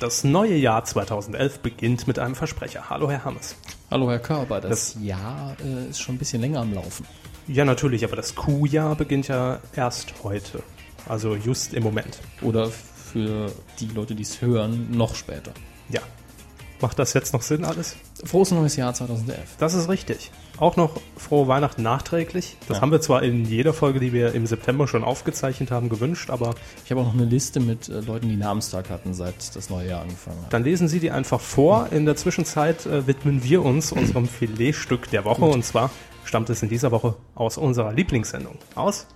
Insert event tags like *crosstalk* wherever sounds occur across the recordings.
Das neue Jahr 2011 beginnt mit einem Versprecher. Hallo, Herr Hammes. Hallo Herr Körber, das, Jahr äh, ist schon ein bisschen länger am Laufen. Ja, natürlich, aber das Kuhjahr beginnt ja erst heute. Also just im Moment. Oder für die Leute, die es hören, noch später. Ja. Macht das jetzt noch Sinn alles? Frohes neues Jahr 2011. Das ist richtig. Auch noch frohe Weihnachten nachträglich. Das Ja. haben wir zwar in jeder Folge, die wir im September schon aufgezeichnet haben, gewünscht, aber Ich habe auch noch eine Liste mit äh, Leuten, die Namenstag hatten, seit das neue Jahr angefangen hat. dann lesen Sie die einfach vor. In der Zwischenzeit äh, widmen wir uns unserem Filetstück der Woche und zwar stammt es in dieser Woche aus unserer Lieblingssendung. Aus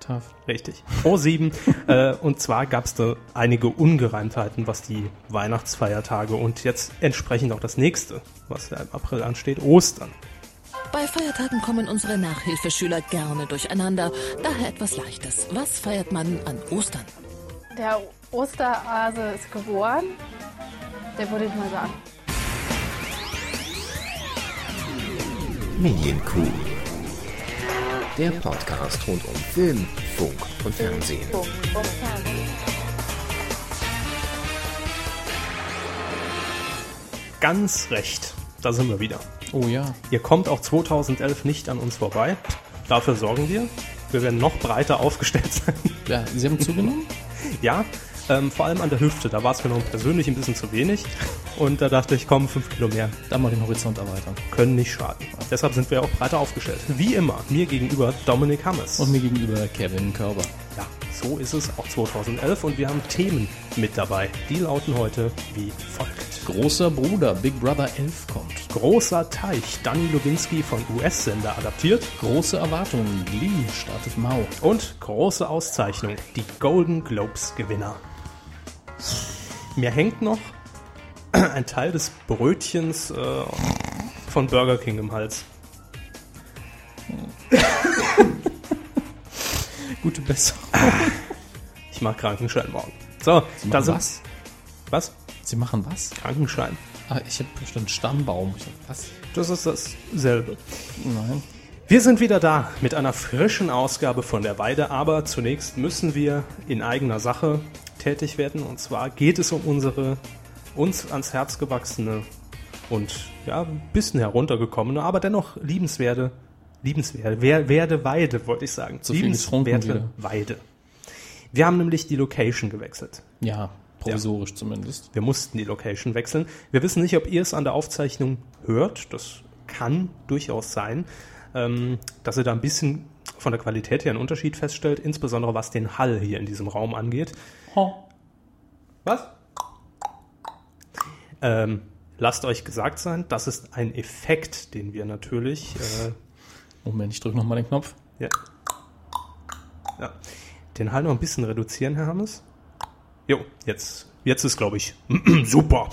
Tough. Richtig. Pro 7. *laughs* äh, und zwar gab es da einige Ungereimtheiten, was die Weihnachtsfeiertage und jetzt entsprechend auch das nächste, was ja im April ansteht, Ostern. Bei Feiertagen kommen unsere Nachhilfeschüler gerne durcheinander. Daher etwas Leichtes. Was feiert man an Ostern? Der Osterhase ist geboren. Der würde ich mal sagen. Medienkuh. Der Podcast rund um Film, Funk und Fernsehen. Ganz recht. Da sind wir wieder. Oh ja. Ihr kommt auch 2011 nicht an uns vorbei. Dafür sorgen wir. Wir werden noch breiter aufgestellt *laughs* sein. ja. Sie haben zugenommen? ja, ähm, vor allem an der Hüfte. Da war es mir noch persönlich ein bisschen zu wenig. Und da dachte ich, komm, fünf Kilo mehr *laughs* Dann mal den Horizont erweitern. können nicht schaden. Deshalb sind wir auch breiter aufgestellt. Wie immer, mir gegenüber Dominik Hammes. Und mir gegenüber Kevin Körber. Ja, so ist es auch 2011 und wir haben Themen mit dabei. Die lauten heute wie folgt. Großer Bruder, Big Brother 11 kommt. Großer Teich, Danny Lubinski von US-Sender adaptiert Große Erwartungen, Glee startet Mau. und große Auszeichnung, die Golden Globes Gewinner. Mir hängt noch *clears throat* ein Teil des Brötchens äh, von Burger King im Hals. Gute Besserung. Ich mach Krankenschein morgen. So, da sind was? was? Sie machen was? Krankenschein. Ah, ich habe bestimmt Stammbaum. Ich hab, was? Das ist dasselbe. Nein. Wir sind wieder da mit einer frischen Ausgabe von der Weide, aber zunächst müssen wir in eigener Sache tätig werden. Und zwar geht es um unsere uns ans Herz gewachsene und ja, ein bisschen heruntergekommene, aber dennoch liebenswerte, liebenswerte, wer, werde Weide, wollte ich sagen. Zu viel getrunken wieder. Weide. Wir haben nämlich die Location gewechselt. Ja, provisorisch zumindest. Wir mussten die Location wechseln. Wir wissen nicht, ob ihr es an der Aufzeichnung hört. Das kann durchaus sein, ähm, dass ihr da ein bisschen von der Qualität her einen Unterschied feststellt, insbesondere was den Hall hier in diesem Raum angeht. Oh. Was? Ähm, lasst euch gesagt sein, das ist ein Effekt, den wir natürlich äh, Moment, ich drücke nochmal den Knopf. Ja. ja. Den Hall noch ein bisschen reduzieren, Herr Hammes. Jo, jetzt, jetzt ist, glaube ich, *clears throat* super.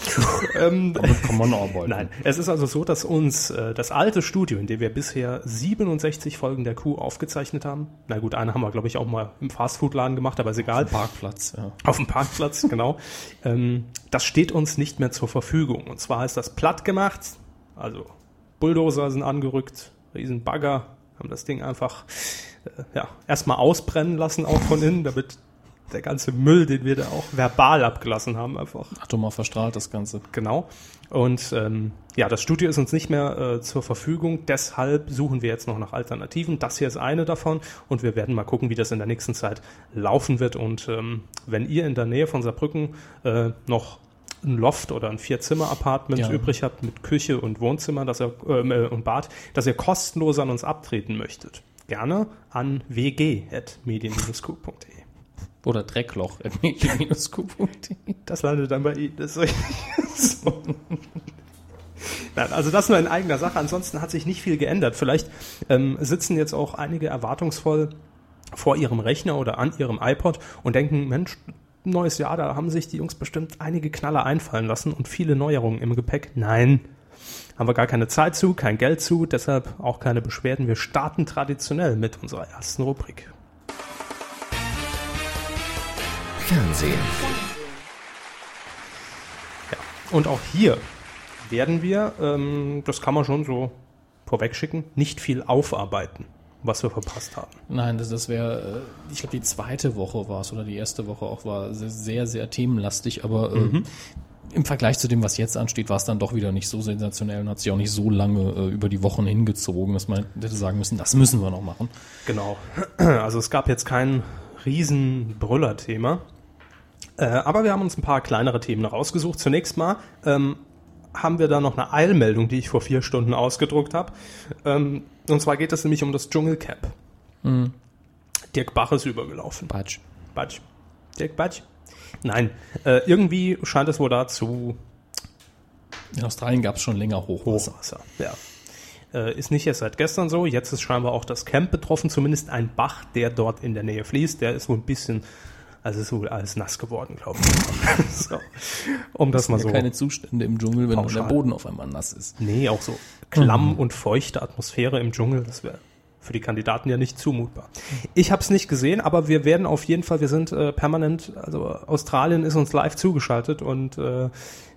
ähm, Komm on, Arbeiten. *laughs* Nein, es ist also so, dass uns äh, das alte Studio, in dem wir bisher 67 Folgen der Kuh aufgezeichnet haben, na gut, eine haben wir, glaube ich, auch mal im Fastfood-Laden gemacht, aber ist egal, Parkplatz, ja. auf dem Parkplatz, *laughs* genau, ähm, das steht uns nicht mehr zur Verfügung. Und zwar ist das platt gemacht, also Bulldozer sind angerückt, Riesenbagger, haben das Ding einfach äh, ja, erstmal ausbrennen lassen, auch von innen, damit der ganze Müll, den wir da auch verbal abgelassen haben, einfach Atomar verstrahlt das Ganze. Genau. Und ähm, ja, das Studio ist uns nicht mehr äh, zur Verfügung. Deshalb suchen wir jetzt noch nach Alternativen. Das hier ist eine davon. Und wir werden mal gucken, wie das in der nächsten Zeit laufen wird. Und ähm, wenn ihr in der Nähe von Saarbrücken äh, noch ein Loft oder ein Vier-Zimmer-Apartment Ja. übrig habt mit Küche und Wohnzimmer dass ihr, ähm, äh, und Bad, dass ihr kostenlos an uns abtreten möchtet, gerne an wg.medien-q.de. Oder Dreckloch. q.de. Das landet dann bei Ihnen. Das ist so. Nein, also das nur in eigener Sache. Ansonsten hat sich nicht viel geändert. Vielleicht ähm, sitzen jetzt auch einige erwartungsvoll vor ihrem Rechner oder an ihrem iPod und denken, Mensch, neues Jahr, da haben sich die Jungs bestimmt einige Knaller einfallen lassen und viele Neuerungen im Gepäck. Nein, haben wir gar keine Zeit zu, kein Geld zu, deshalb auch keine Beschwerden. Wir starten traditionell mit unserer ersten Rubrik. Fernsehen. Und auch hier werden wir, ähm, das kann man schon so vorwegschicken, nicht viel aufarbeiten, was wir verpasst haben. Nein, das, das wäre, äh, ich glaube, die zweite Woche war es oder die erste Woche auch war sehr, sehr, sehr themenlastig, aber äh, im Vergleich zu dem, was jetzt ansteht, war es dann doch wieder nicht so sensationell und hat sich auch nicht so lange äh, über die Wochen hingezogen, dass man hätte sagen müssen, das müssen wir noch machen. Genau. Also es gab jetzt kein riesen Brüller-Thema. Äh, aber wir haben uns ein paar kleinere Themen rausgesucht. Zunächst mal ähm, haben wir da noch eine Eilmeldung, die ich vor vier Stunden ausgedruckt habe. Ähm, und zwar geht es nämlich um das Dschungelcap. Dirk Bach ist übergelaufen. Batsch. Batsch. Dirk Batsch? Nein. Äh, irgendwie scheint es wohl dazu In Australien gab es schon länger Hochwasser. Hochwasser. Ja. Äh, ist nicht erst seit gestern so. Jetzt ist scheinbar auch das Camp betroffen. Zumindest ein Bach, der dort in der Nähe fließt. Der ist wohl ein bisschen, also ist wohl alles nass geworden, glaube ich. *laughs* so. Um das, mal Ja, so. keine Zustände im Dschungel, wenn Pauschal. der Boden auf einmal nass ist. Nee, auch so Mhm. klamm und feuchte Atmosphäre im Dschungel, das wäre für die Kandidaten ja nicht zumutbar. Ich habe es nicht gesehen, aber wir werden auf jeden Fall, wir sind äh, permanent, also Australien ist uns live zugeschaltet und äh,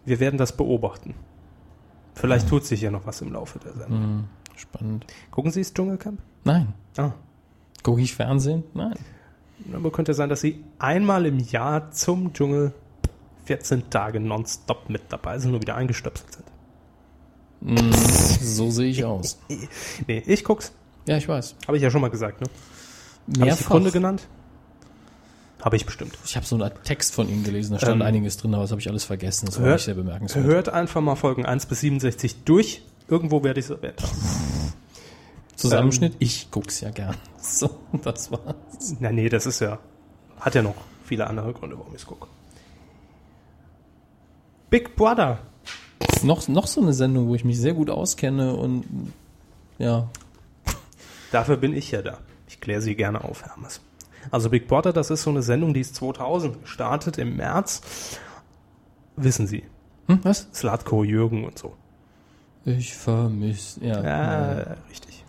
wir werden das beobachten. Mhm. Vielleicht tut sich ja noch was im Laufe der Sendung. Spannend. Gucken Sie das Dschungelcamp? Nein. Ah. Gucke ich Fernsehen? Nein. Aber könnte sein, dass Sie einmal im Jahr zum Dschungel 14 Tage nonstop mit dabei sind und wieder eingestöpselt sind. So sehe ich aus. Nee, ich guck's. Ja, ich weiß. Habe ich ja schon mal gesagt, ne? Habe ich die Mehrfach. Gründe genannt? Habe ich bestimmt. Ich habe so einen Text von Ihnen gelesen, da stand Ähm, einiges drin, aber das habe ich alles vergessen. Das war hört- nicht sehr bemerkenswert. Hört einfach mal Folgen 1 bis 67 durch. Irgendwo werde ich es erwähnt. haben. ähm, Zusammenschnitt, ich guck's ja gern. *laughs* So, das war's. Na nee, das ist ja, hat ja noch viele andere Gründe, warum ich es gucke. Big Brother. Noch, noch so eine Sendung, wo ich mich sehr gut auskenne und ja, Dafür bin ich ja da. Ich kläre sie gerne auf, Hermes. Also Big Brother, das ist so eine Sendung, die ist 2000 gestartet im März. Wissen Sie, hm, was? Slatko, Jürgen und so. Ich vermiss, ja. Ja, ja. Äh, richtig.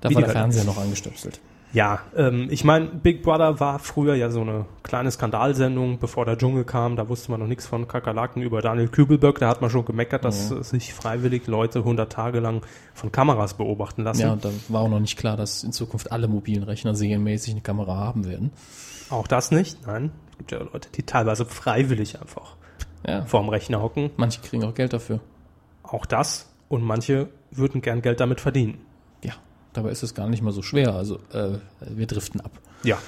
Da wie war die der halt- Fernseher noch angestöpselt. Ja, ähm, ich meine, Big Brother war früher ja so eine kleine Skandalsendung, bevor der Dschungel kam. Da wusste man noch nichts von Kakerlaken über Daniel Kübelböck. Da hat man schon gemeckert, dass Mhm. äh, sich freiwillig Leute 100 Tage lang von Kameras beobachten lassen. Ja, und da war auch noch nicht klar, dass in Zukunft alle mobilen Rechner serienmäßig eine Kamera haben werden. Auch das nicht. Nein, es gibt ja Leute, die teilweise freiwillig einfach Ja. vorm Rechner hocken. Manche kriegen auch Geld dafür. Auch das. Und manche würden gern Geld damit verdienen. Ja, dabei ist es gar nicht mal so schwer. Also, äh, wir driften ab. Ja.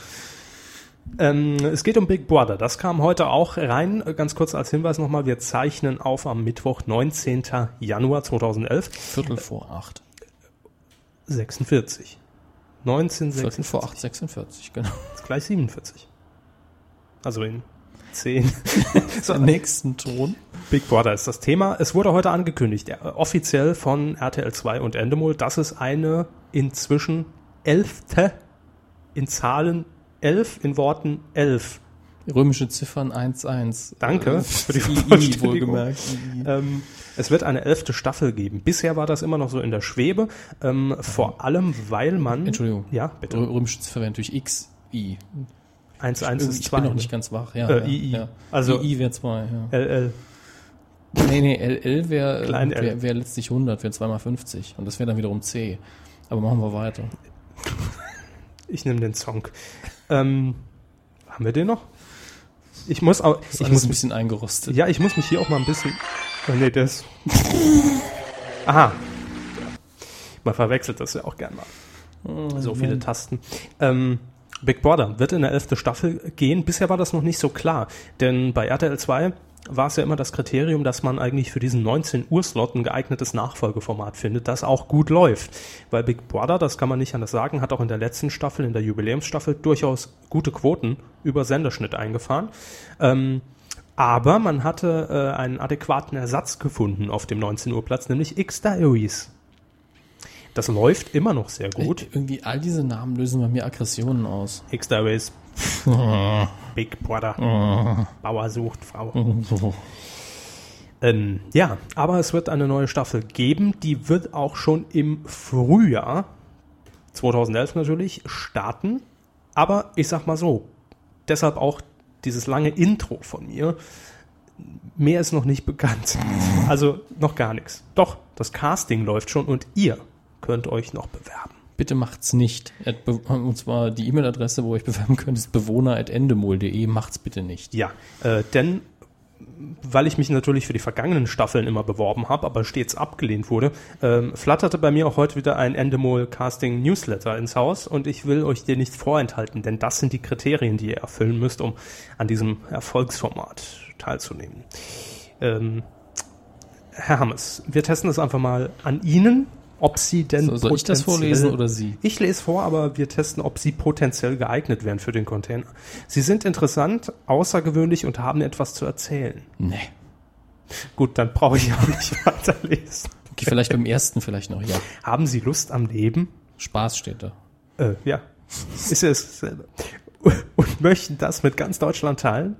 Ähm, es geht um Big Brother. Das kam heute auch rein. Ganz kurz als Hinweis nochmal. Wir zeichnen auf am Mittwoch, 19. Januar 2011. Viertel vor acht. 46. Viertel 1946. vor acht, *laughs* 46, genau. Gleich 47. Also in 10. so, Nächsten Ton. Big Brother ist das Thema. Es wurde heute angekündigt, äh, offiziell von RTL 2 und Endemol, dass es eine inzwischen elfte, in Zahlen elf, in Worten elf. Römische Ziffern 1-1. Danke Äh, für die II, Vervollständigung. wohlgemerkt. Ähm, es wird eine elfte Staffel geben. Bisher war das immer noch so in der Schwebe. Ähm, vor allem, weil man. Mhm. Entschuldigung. Ja, bitte. Rö- Römische Ziffern wären natürlich X, I. 1, 1 ist Ich 2. bin noch nicht ganz wach. Ja, Äh, ja, II. ja. Also- II wäre 2, ja. LL. Nee, nee, LL wäre Klein L. wär, wär letztlich 100, wäre 2 mal 50. Und das wäre dann wiederum C. Aber machen wir weiter. Ich nehme den Song. Ähm, haben wir den noch? Ich muss auch. Ist Ich alles muss mich, ein bisschen eingerostet. ja, ich muss mich hier auch mal ein bisschen. Oh, nee, das. Aha. Man verwechselt das ja auch gern mal. So viele Tasten. Ähm, Big Brother wird in der elfte Staffel gehen. Bisher war das noch nicht so klar, denn bei RTL 2 war es ja immer das Kriterium, dass man eigentlich für diesen 19 Uhr Slot ein geeignetes Nachfolgeformat findet, das auch gut läuft. Weil Big Brother, das kann man nicht anders sagen, hat auch in der letzten Staffel, in der Jubiläumsstaffel durchaus gute Quoten über Senderschnitt eingefahren. Ähm, aber man hatte äh, einen adäquaten Ersatz gefunden auf dem 19 Uhr Platz, nämlich X-Diaries. Das läuft immer noch sehr gut. Ich- Äh, Irgendwie all diese Namen lösen bei mir Aggressionen *laughs* aus. X-Diaries. Big Brother. Bauer sucht Frau. Ähm, ja, aber es wird eine neue Staffel geben. Die wird auch schon im Frühjahr 2011 natürlich starten. Aber ich sag mal so, deshalb auch dieses lange Intro von mir. Mehr ist noch nicht bekannt. Also noch gar nichts. Doch, das Casting läuft schon und ihr könnt euch noch bewerben. Bitte macht's nicht. At be- Und zwar die E-Mail-Adresse, wo ihr euch bewerben könnt, ist bewohner.endemol.de. Macht's bitte nicht. Ja, äh, denn weil ich mich natürlich für die vergangenen Staffeln immer beworben habe, aber stets abgelehnt wurde, ähm, flatterte bei mir auch heute wieder ein Endemol Casting Newsletter ins Haus und ich will euch den nicht vorenthalten, denn das sind die Kriterien, die ihr erfüllen müsst, um an diesem Erfolgsformat teilzunehmen. Ähm, Herr Hammes, wir testen das einfach mal an Ihnen, ob Sie denn So, soll ich das potenziell- vorlesen oder Sie? ich lese vor, aber wir testen, ob sie potenziell geeignet wären für den Container. Sie sind interessant, außergewöhnlich und haben etwas zu erzählen. Nee. Gut, dann brauche ich auch nicht *laughs* weiterlesen. Okay, vielleicht beim ersten vielleicht noch, ja. Haben Sie Lust am Leben? Spaß steht da. Äh, ja. Ist ja dasselbe. Und möchten das mit ganz Deutschland teilen?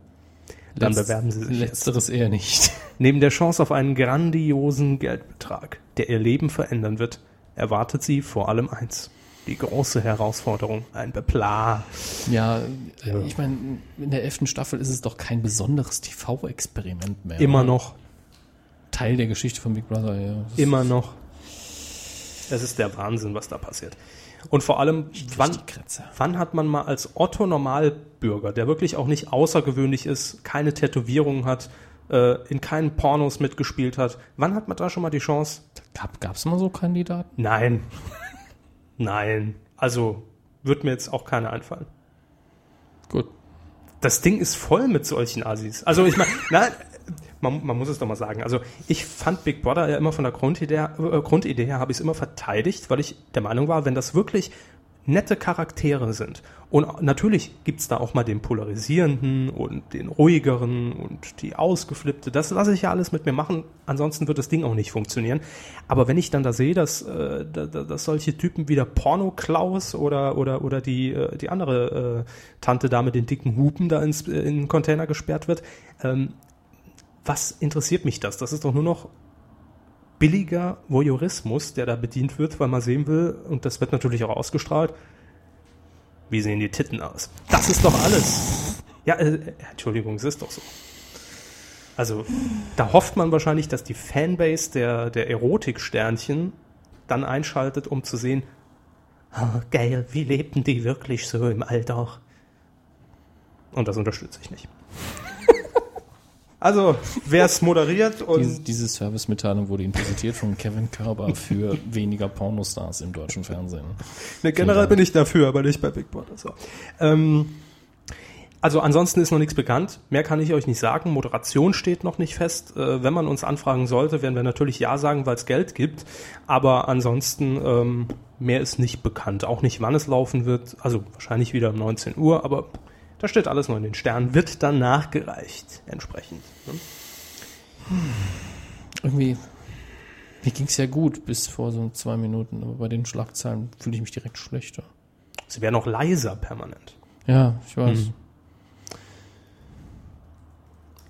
Dann bewerben Sie sich jetzt. Letzteres eher nicht. *laughs* Neben der Chance auf einen grandiosen Geldbetrag, der ihr Leben verändern wird, erwartet sie vor allem eins. Die große Herausforderung, ein Beplan. Ja, äh, ich meine, in der elften Staffel ist es doch kein besonderes TV-Experiment mehr. Immer oder? noch, Teil der Geschichte von Big Brother, ja. Das immer noch. Es ist der Wahnsinn, was da passiert. Und vor allem, wann, die Kratzer. wann hat man mal als Otto Normalbürger, der wirklich auch nicht außergewöhnlich ist, keine Tätowierungen hat, äh, in keinen Pornos mitgespielt hat, wann hat man da schon mal die Chance? Gab, gab's mal so Kandidaten? Nein. *laughs* Nein. Also, wird mir jetzt auch keiner einfallen. Gut. das Ding ist voll mit solchen Assis. Also ich meine, *laughs* nein, man, man muss es doch mal sagen. Also ich fand Big Brother ja immer von der Grundidee, äh, Grundidee her, habe ich es immer verteidigt, weil ich der Meinung war, wenn das wirklich nette Charaktere sind. Und natürlich gibt's da auch mal den polarisierenden und den ruhigeren und die ausgeflippte. Das lasse ich ja alles mit mir machen. Ansonsten wird das Ding auch nicht funktionieren. Aber wenn ich dann da sehe, dass, äh, da- da- dass solche Typen wie der Porno-Klaus oder, oder, oder die, äh, die andere äh, Tante da mit den dicken Hupen da ins, äh, in den Container gesperrt wird, ähm, was interessiert mich das? Das ist doch nur noch billiger Voyeurismus, der da bedient wird, weil man sehen will, und das wird natürlich auch ausgestrahlt, wie sehen die Titten aus? Das ist doch alles. Ja, äh, Entschuldigung, es ist doch so. Also, da hofft man wahrscheinlich, dass die Fanbase der, der Erotik-Sternchen dann einschaltet, um zu sehen, "Ah, geil, wie lebten die wirklich so im Alltag? Und das unterstütze ich nicht. Also, wer es moderiert und Diese, diese Servicemitteilung wurde Ihnen präsentiert von Kevin Körber für weniger Pornostars im deutschen Fernsehen. Ne, generell bin ich dafür, aber nicht bei Big Brother. So. Ähm, also ansonsten ist noch nichts bekannt. Mehr kann ich euch nicht sagen. Moderation steht noch nicht fest. Äh, wenn man uns anfragen sollte, werden wir natürlich Ja sagen, weil es Geld gibt. Aber ansonsten ähm, mehr ist nicht bekannt. Auch nicht, wann es laufen wird. Also wahrscheinlich wieder um 19 Uhr, aber da steht alles noch in den Sternen. Wird dann nachgereicht entsprechend. Ne? Irgendwie, mir ging's ja gut bis vor so zwei Minuten, aber bei den Schlagzeilen fühle ich mich direkt schlechter. Sie werden auch leiser permanent. Ja, ich weiß.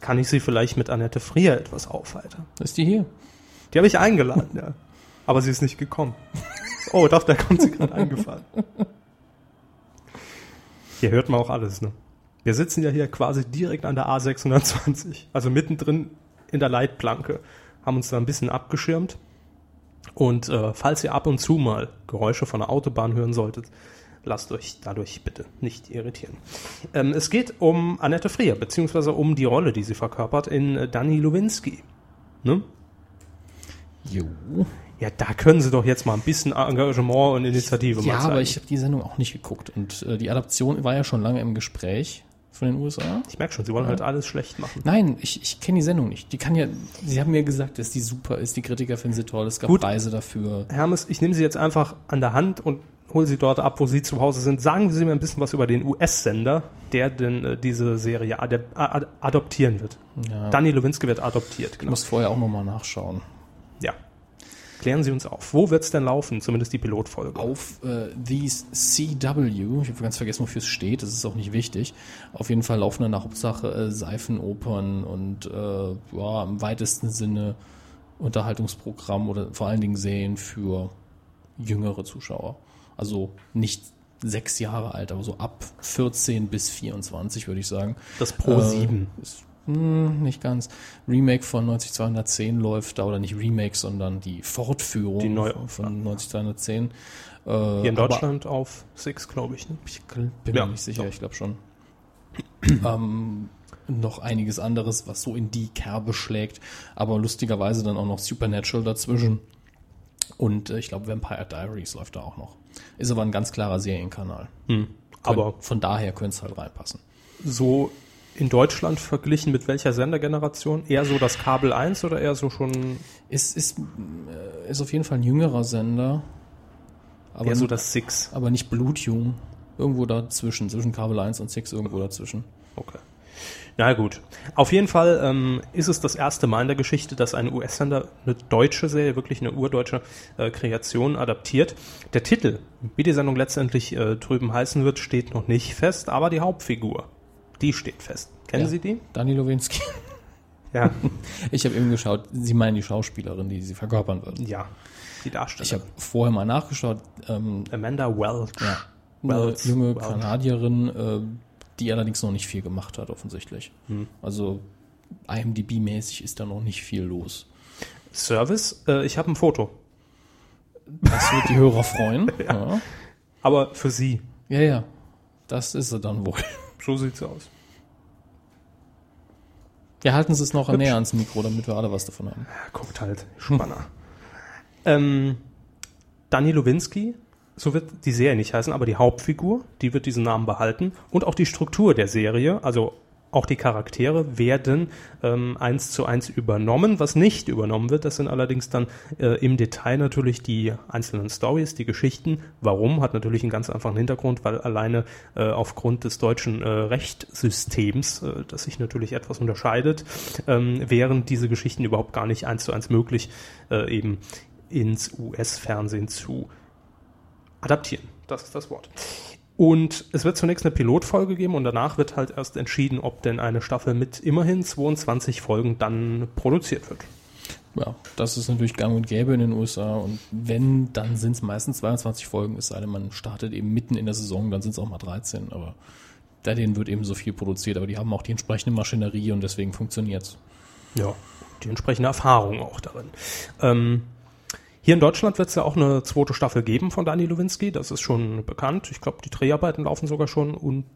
Kann ich Sie vielleicht mit Annette Frier etwas aufheitern? Ist die hier? Die habe ich eingeladen, ja. Aber sie ist nicht gekommen. Oh, doch, da kommt sie gerade angefahren. Hier hört man auch alles, ne? Wir sitzen ja hier quasi direkt an der A620, also mittendrin in der Leitplanke, haben uns da ein bisschen abgeschirmt. Und äh, falls ihr ab und zu mal Geräusche von der Autobahn hören solltet, lasst euch dadurch bitte nicht irritieren. Ähm, es geht um Annette Frier, beziehungsweise um die Rolle, die sie verkörpert in äh, Danny Lewinsky. Ne? Jo. Ja, da können sie doch jetzt mal ein bisschen Engagement und Initiative Ja, mal zeigen. aber ich habe die Sendung auch nicht geguckt. Und äh, die Adaption war ja schon lange im Gespräch von den USA. ich merke schon, sie wollen halt alles schlecht machen. Nein, ich, ich kenne die Sendung nicht. Die kann ja, sie haben mir gesagt, dass die super ist, die Kritiker finden sie toll, es gab Gut. Preise dafür. Hermes, ich nehme sie jetzt einfach an der Hand und hole sie dort ab, wo sie zu Hause sind. Sagen Sie mir ein bisschen was über den US-Sender, der denn äh, diese Serie adep- a- ad adoptieren wird. Ja. Dani Lewinsky wird adoptiert, Ich genau. muss vorher auch nochmal nachschauen. Ja. Klären Sie uns auf. Wo wird's denn laufen? Zumindest die Pilotfolge. Auf äh, These CW, ich habe ganz vergessen, wofür es steht, das ist auch nicht wichtig. Auf jeden Fall laufen dann nach Hauptsache äh, Seifenopern und äh, ja, im weitesten Sinne Unterhaltungsprogramm oder vor allen Dingen Serien für jüngere Zuschauer. Also nicht sechs Jahre alt, aber so ab 14 bis 24 würde ich sagen. Das Pro 7. Äh, ist, hm, nicht ganz. Remake von 90210 läuft da, oder nicht Remake, sondern die Fortführung Die neu- von- von 90210. Äh, Hier in Deutschland auf Six, glaube ich. Ne? Aber ich gl- bin Ja, *clears throat* mir nicht sicher, doch. ich glaube schon. ähm, noch einiges anderes, was so in die Kerbe schlägt, aber lustigerweise dann auch noch Supernatural dazwischen. Und äh, ich glaube, Vampire Diaries läuft da auch noch. Ist aber ein ganz klarer Serienkanal. Hm. Aber Könnt- von daher könnte es halt reinpassen. so in Deutschland verglichen mit welcher Sendergeneration? Eher so das Kabel 1 oder eher so schon Es ist, äh, ist auf jeden Fall ein jüngerer Sender. Aber, eher so das Six? aber nicht blutjung. Irgendwo dazwischen, zwischen Kabel 1 und 6, irgendwo dazwischen. Okay. Na gut. Auf jeden Fall ähm, ist es das erste Mal in der Geschichte, dass ein US-Sender eine deutsche Serie, wirklich eine urdeutsche äh, Kreation adaptiert. Der Titel, wie die Sendung letztendlich äh, drüben heißen wird, steht noch nicht fest, aber die Hauptfigur, die steht fest. Kennen Ja. Sie die? Dani Lowinski. Ja. Ich habe eben geschaut, Sie meinen die Schauspielerin, die sie verkörpern würden. *laughs* ja. Die Ich habe Darstellerin. vorher mal nachgeschaut, ähm, Amanda Welch. ja, eine Wells, junge Welch. Kanadierin, äh, die allerdings noch nicht viel gemacht hat, offensichtlich. Also IMDB-mäßig ist da noch nicht viel los. Service, äh, ich habe ein Foto. Das wird die Hörer freuen. Ja. Aber für Sie. ja, ja. Das ist sie dann wohl. So sieht's aus. Wir halten es noch näher ans Mikro, damit wir alle was davon haben. guckt halt, Spanner. ähm, Dani Lowinski, so wird die Serie nicht heißen, aber die Hauptfigur, die wird diesen Namen behalten. Und auch die Struktur der Serie, also auch die Charaktere, werden ähm, eins zu eins übernommen. Was nicht übernommen wird, das sind allerdings dann äh, im Detail natürlich die einzelnen Stories, die Geschichten. Warum? Hat natürlich einen ganz einfachen Hintergrund, weil alleine äh, aufgrund des deutschen äh, Rechtssystems, äh, das sich natürlich etwas unterscheidet, ähm, wären diese Geschichten überhaupt gar nicht eins zu eins möglich, äh, eben ins US-Fernsehen zu adaptieren. Das ist das Wort. Und es wird zunächst eine Pilotfolge geben und danach wird halt erst entschieden, ob denn eine Staffel mit immerhin 22 Folgen dann produziert wird. Ja, das ist natürlich gang und gäbe in den USA. Und wenn, dann sind es meistens 22 Folgen, es sei denn, man startet eben mitten in der Saison, dann sind es auch mal 13. Aber da denen wird eben so viel produziert. Aber die haben auch die entsprechende Maschinerie und deswegen funktioniert's. Ja. Die entsprechende Erfahrung auch darin. Ähm, hier in Deutschland wird es ja auch eine zweite Staffel geben von Dani Lewinsky, das ist schon bekannt. Ich glaube, die Dreharbeiten laufen sogar schon und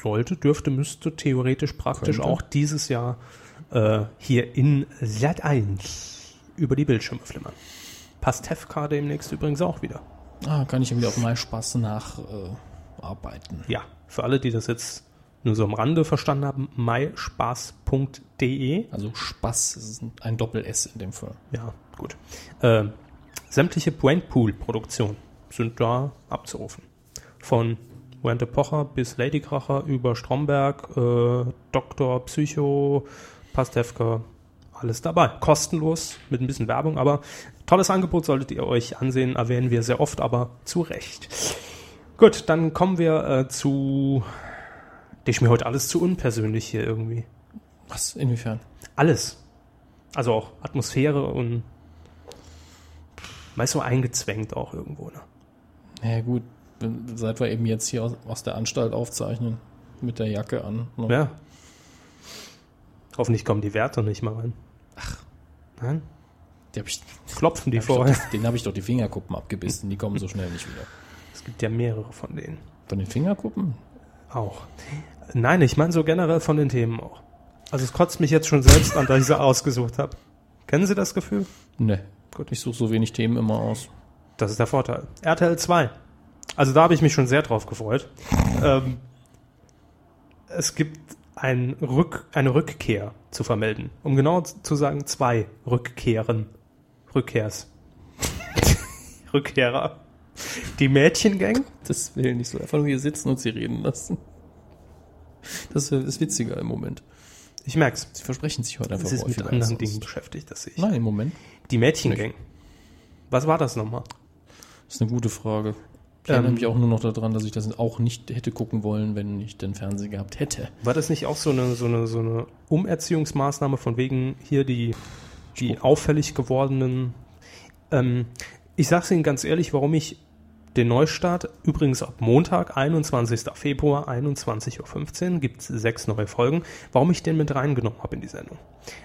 sollte, dürfte, müsste theoretisch praktisch Könnte. auch dieses Jahr äh, hier in Sat 1 über die Bildschirme flimmern. Pastewka demnächst übrigens auch wieder. Ah, kann ich ja wieder auf meinen Spaß nacharbeiten. Äh, arbeiten. Ja, für alle, die das jetzt nur so am Rande verstanden haben, myspaß.de. also Spaß ist ein Doppel-S in dem Fall. Ja, gut. Äh, sämtliche Brainpool-Produktionen sind da abzurufen. Von Wente Pocher bis Lady Kracher über Stromberg, äh, Dr. Psycho, Pastewka, alles dabei. Kostenlos, mit ein bisschen Werbung, aber tolles Angebot solltet ihr euch ansehen, erwähnen wir sehr oft, aber zu Recht. Gut, dann kommen wir äh, zu. Ich mir heute alles zu unpersönlich hier irgendwie. Was? Inwiefern? Alles. Also auch Atmosphäre und meist so eingezwängt auch irgendwo. Ne? Na ja, gut, seit wir eben jetzt hier aus, aus der Anstalt aufzeichnen, mit der Jacke an. ne? Ja. Hoffentlich kommen die Wärter nicht mal rein. Ach. Nein? Die hab ich, Klopfen die hab ich doch, vorher. den habe ich doch die Fingerkuppen abgebissen, die kommen so schnell nicht wieder. Es gibt ja mehrere von denen. Von den Fingerkuppen? Auch. Nein, ich meine so generell von den Themen auch. Also es kotzt mich jetzt schon selbst an, dass ich sie *laughs* ausgesucht habe. Kennen Sie das Gefühl? Ne. Gut, ich suche so wenig Themen immer aus. Das ist der Vorteil. RTL 2. Also da habe ich mich schon sehr drauf gefreut. Ähm, es gibt ein Rück, eine Rückkehr zu vermelden. Um genau zu sagen, zwei Rückkehren. Rückkehrs. *laughs* Rückkehrer. Die Mädchengang. Das will nicht so. Einfach nur hier sitzen und sie reden lassen. Das ist witziger im Moment. Ich merk's. Oh, Sie versprechen sich heute einfach Es ist mit häufiger anderen als Dingen sonst. beschäftigt, das sehe ich. Nein, im Moment. Die Mädchengang. Was war das nochmal? Das ist eine gute Frage. Ich Ähm. erinnere mich auch nur noch daran, dass ich das auch nicht hätte gucken wollen, wenn ich den Fernseher gehabt hätte. War das nicht auch so eine, so eine, so eine Umerziehungsmaßnahme von wegen hier die, die auffällig gewordenen? Ähm, ich sag's Ihnen ganz ehrlich, warum ich den Neustart übrigens ab Montag, 21. Februar, 21.15 Uhr gibt's sechs neue Folgen, warum ich den mit reingenommen habe in die Sendung.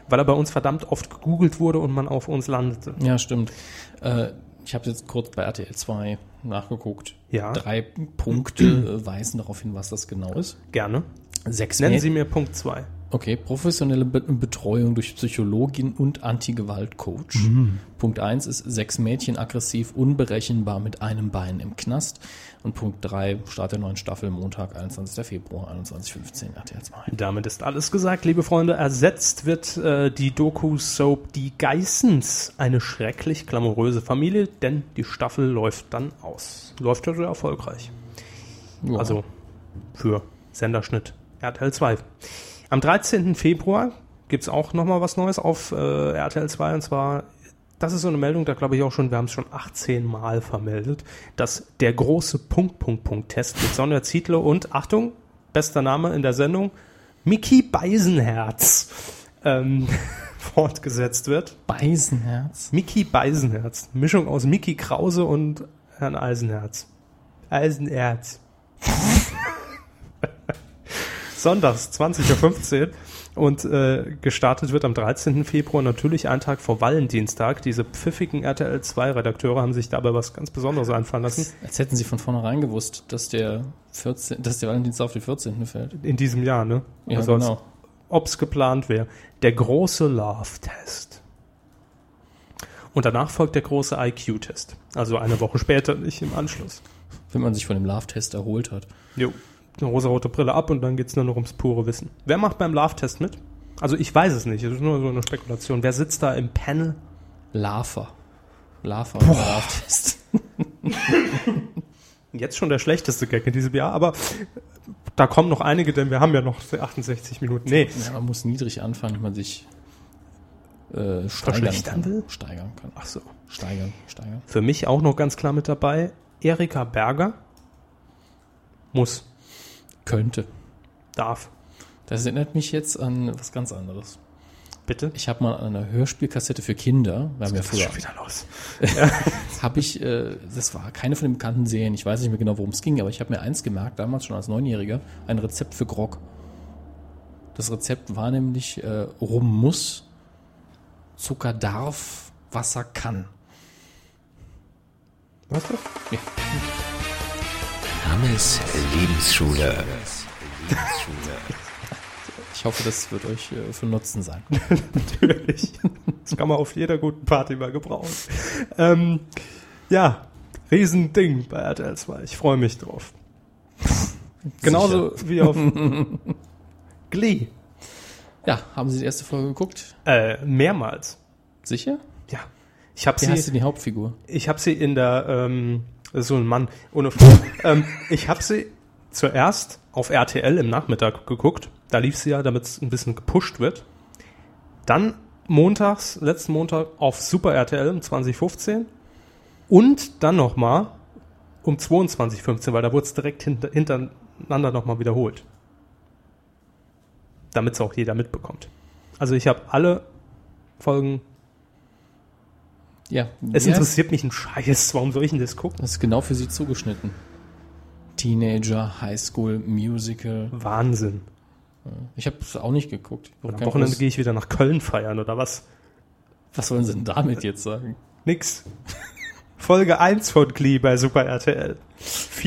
Weil er bei uns verdammt oft gegoogelt wurde und man auf uns landete. Ja, stimmt. Äh, ich habe jetzt kurz bei RTL 2 nachgeguckt. Ja. Drei *clears throat* Punkte äh, weisen darauf hin, was das genau ist. Gerne. Sechs Nennen Mäd- Sie mir Punkt 2. Okay, professionelle Be Betreuung durch Psychologin und Anti-Gewalt-Coach. Punkt 1 ist sechs Mädchen aggressiv, unberechenbar mit einem Bein im Knast. Und Punkt 3, Start der neuen Staffel, Montag, 21. Februar, 21.15 RTL 2. Damit ist alles gesagt, liebe Freunde. Ersetzt wird äh, die Doku-Soap Die Geissens, eine schrecklich glamouröse Familie, denn die Staffel läuft dann aus. Läuft ja sehr erfolgreich. Ja. Also für Senderschnitt RTL 2. Am 13. Februar gibt's auch auch nochmal was Neues auf äh, RTL 2 und zwar, das ist so eine Meldung, da glaube ich auch schon, wir haben es schon 18 Mal vermeldet, dass der große Punkt-Punkt-Punkt-Test mit Sonja Zietlow und, Achtung, bester Name in der Sendung, Mickey Beisenherz ähm, *laughs* fortgesetzt wird. Beisenherz. Mickey Beisenherz. Mischung aus Mickey Krause und Herrn Eisenherz. Eisenherz. *laughs* Sonntags, 20.15 Uhr. Und äh, gestartet wird am 13. Februar natürlich einen Tag vor Valentinstag. Diese pfiffigen RTL 2-Redakteure haben sich dabei was ganz Besonderes einfallen lassen. Als hätten sie von vornherein gewusst, dass der 14, dass der Valentinstag auf den 14. fällt. In diesem Jahr, ne? also genau. als, ob's geplant wäre. Der große Love-Test. Und danach folgt der große IQ-Test. Also eine Woche später, nicht im Anschluss. Wenn man sich von dem Love-Test erholt hat. Jo. Eine rosarote Brille ab und dann geht's nur noch ums pure Wissen. Wer macht beim Love-Test mit? Also ich weiß es nicht, es ist nur so eine Spekulation. Wer sitzt da im Panel? Lava. Lava beim Love-Test. Jetzt schon der schlechteste Gag in diesem Jahr, aber da kommen noch einige, denn wir haben ja noch 68 Minuten. Nee, Ja, man muss niedrig anfangen, wenn man sich äh, steigern Verschlechtern kann. will? Steigern kann. ach so. Steigern, steigern. Für mich auch noch ganz klar mit dabei, Erika Berger muss, Könnte. darf, Das erinnert mich jetzt an was ganz anderes. bitte. Ich habe mal an einer Hörspielkassette für Kinder, wir haben ja früher, wieder los. habe ich, äh, das war keine von den bekannten Serien, ich weiß nicht mehr genau, worum es ging, aber ich habe mir eins gemerkt, damals schon als Neunjähriger, ein Rezept für Grog. Das Rezept war nämlich äh, Rum muss, Zucker darf, Wasser kann. Was das? Hammes Lebensschule. Ich hoffe, das wird euch äh, von Nutzen sein. Natürlich. Das kann man auf jeder guten Party mal gebrauchen. Ähm, ja, Riesending bei RTL 2. Ich freue mich drauf. Genauso wie *laughs* auf Glee. Ja, haben Sie die erste Folge geguckt? Äh, mehrmals. Sicher? Ja. Ich habe Wie sie, heißt denn die Hauptfigur? ich hab sie in der, ähm, so ein Mann ohne Frau. ähm, ich habe sie zuerst auf RTL im Nachmittag geguckt. Da lief sie ja, damit es ein bisschen gepusht wird. Dann montags, letzten Montag auf Super RTL um 2015. Und dann nochmal um 22.15, weil da wurde es direkt hinter, hintereinander nochmal wiederholt. Damit es auch jeder mitbekommt. Also ich habe alle Folgen. Ja. Es ja, interessiert mich ein Scheiß. Warum soll ich denn das gucken? Das ist genau für Sie zugeschnitten. Teenager, Highschool, Musical. Wahnsinn. Ich habe es auch nicht geguckt. Ich brauch Am keinen Wochenende Grund. gehe ich wieder nach Köln feiern oder was? Was wollen Sie denn damit jetzt sagen? Nix. *laughs* Folge 1 von Glee bei Super RTL.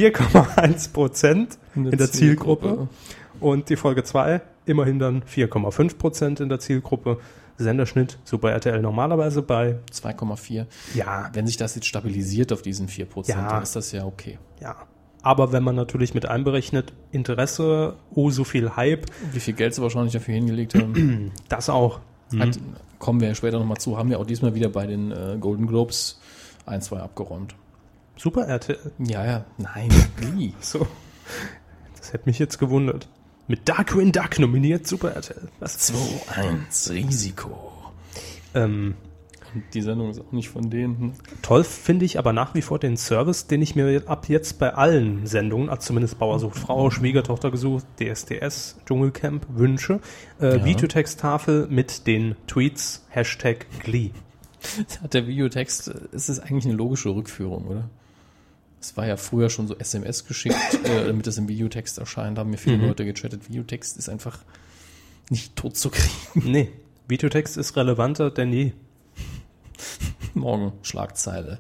4,1 Prozent in der, Zielgruppe. Und die Folge 2 immerhin dann 4,5 Prozent in der Zielgruppe. Senderschnitt Super RTL normalerweise bei, 2,4. ja, Wenn sich das jetzt stabilisiert auf diesen 4%, Ja. dann ist das ja okay. ja. Aber wenn man natürlich mit einberechnet, Interesse, oh, so viel Hype, Wie viel Geld Sie wahrscheinlich dafür hingelegt haben, *clears throat* das auch. hat, kommen wir ja später nochmal zu. Haben wir auch diesmal wieder bei den äh, Golden Globes ein, zwei abgeräumt. Super RTL. Ja, ja. *laughs* Nein, nie. So. Das hätte mich jetzt gewundert. Mit Darkwing Duck nominiert Super RTL. Was? 2-1 Risiko. Ähm, Die Sendung ist auch nicht von denen. Toll finde ich aber nach wie vor den Service, den ich mir ab jetzt bei allen Sendungen, also zumindest Bauer sucht Frau, Schwiegertochter gesucht, DSDS, Dschungelcamp, wünsche. Äh, Ja. Videotexttafel mit den Tweets, Hashtag *laughs* Glee. Hat der Videotext, äh, es ist eigentlich eine logische Rückführung, oder? Es war ja früher schon so SMS geschickt, *laughs* äh, damit es im Videotext erscheint, haben mir viele Leute gechattet. Videotext ist einfach nicht tot zu kriegen. *laughs* Nee, Videotext ist relevanter denn je. Morgen Schlagzeile.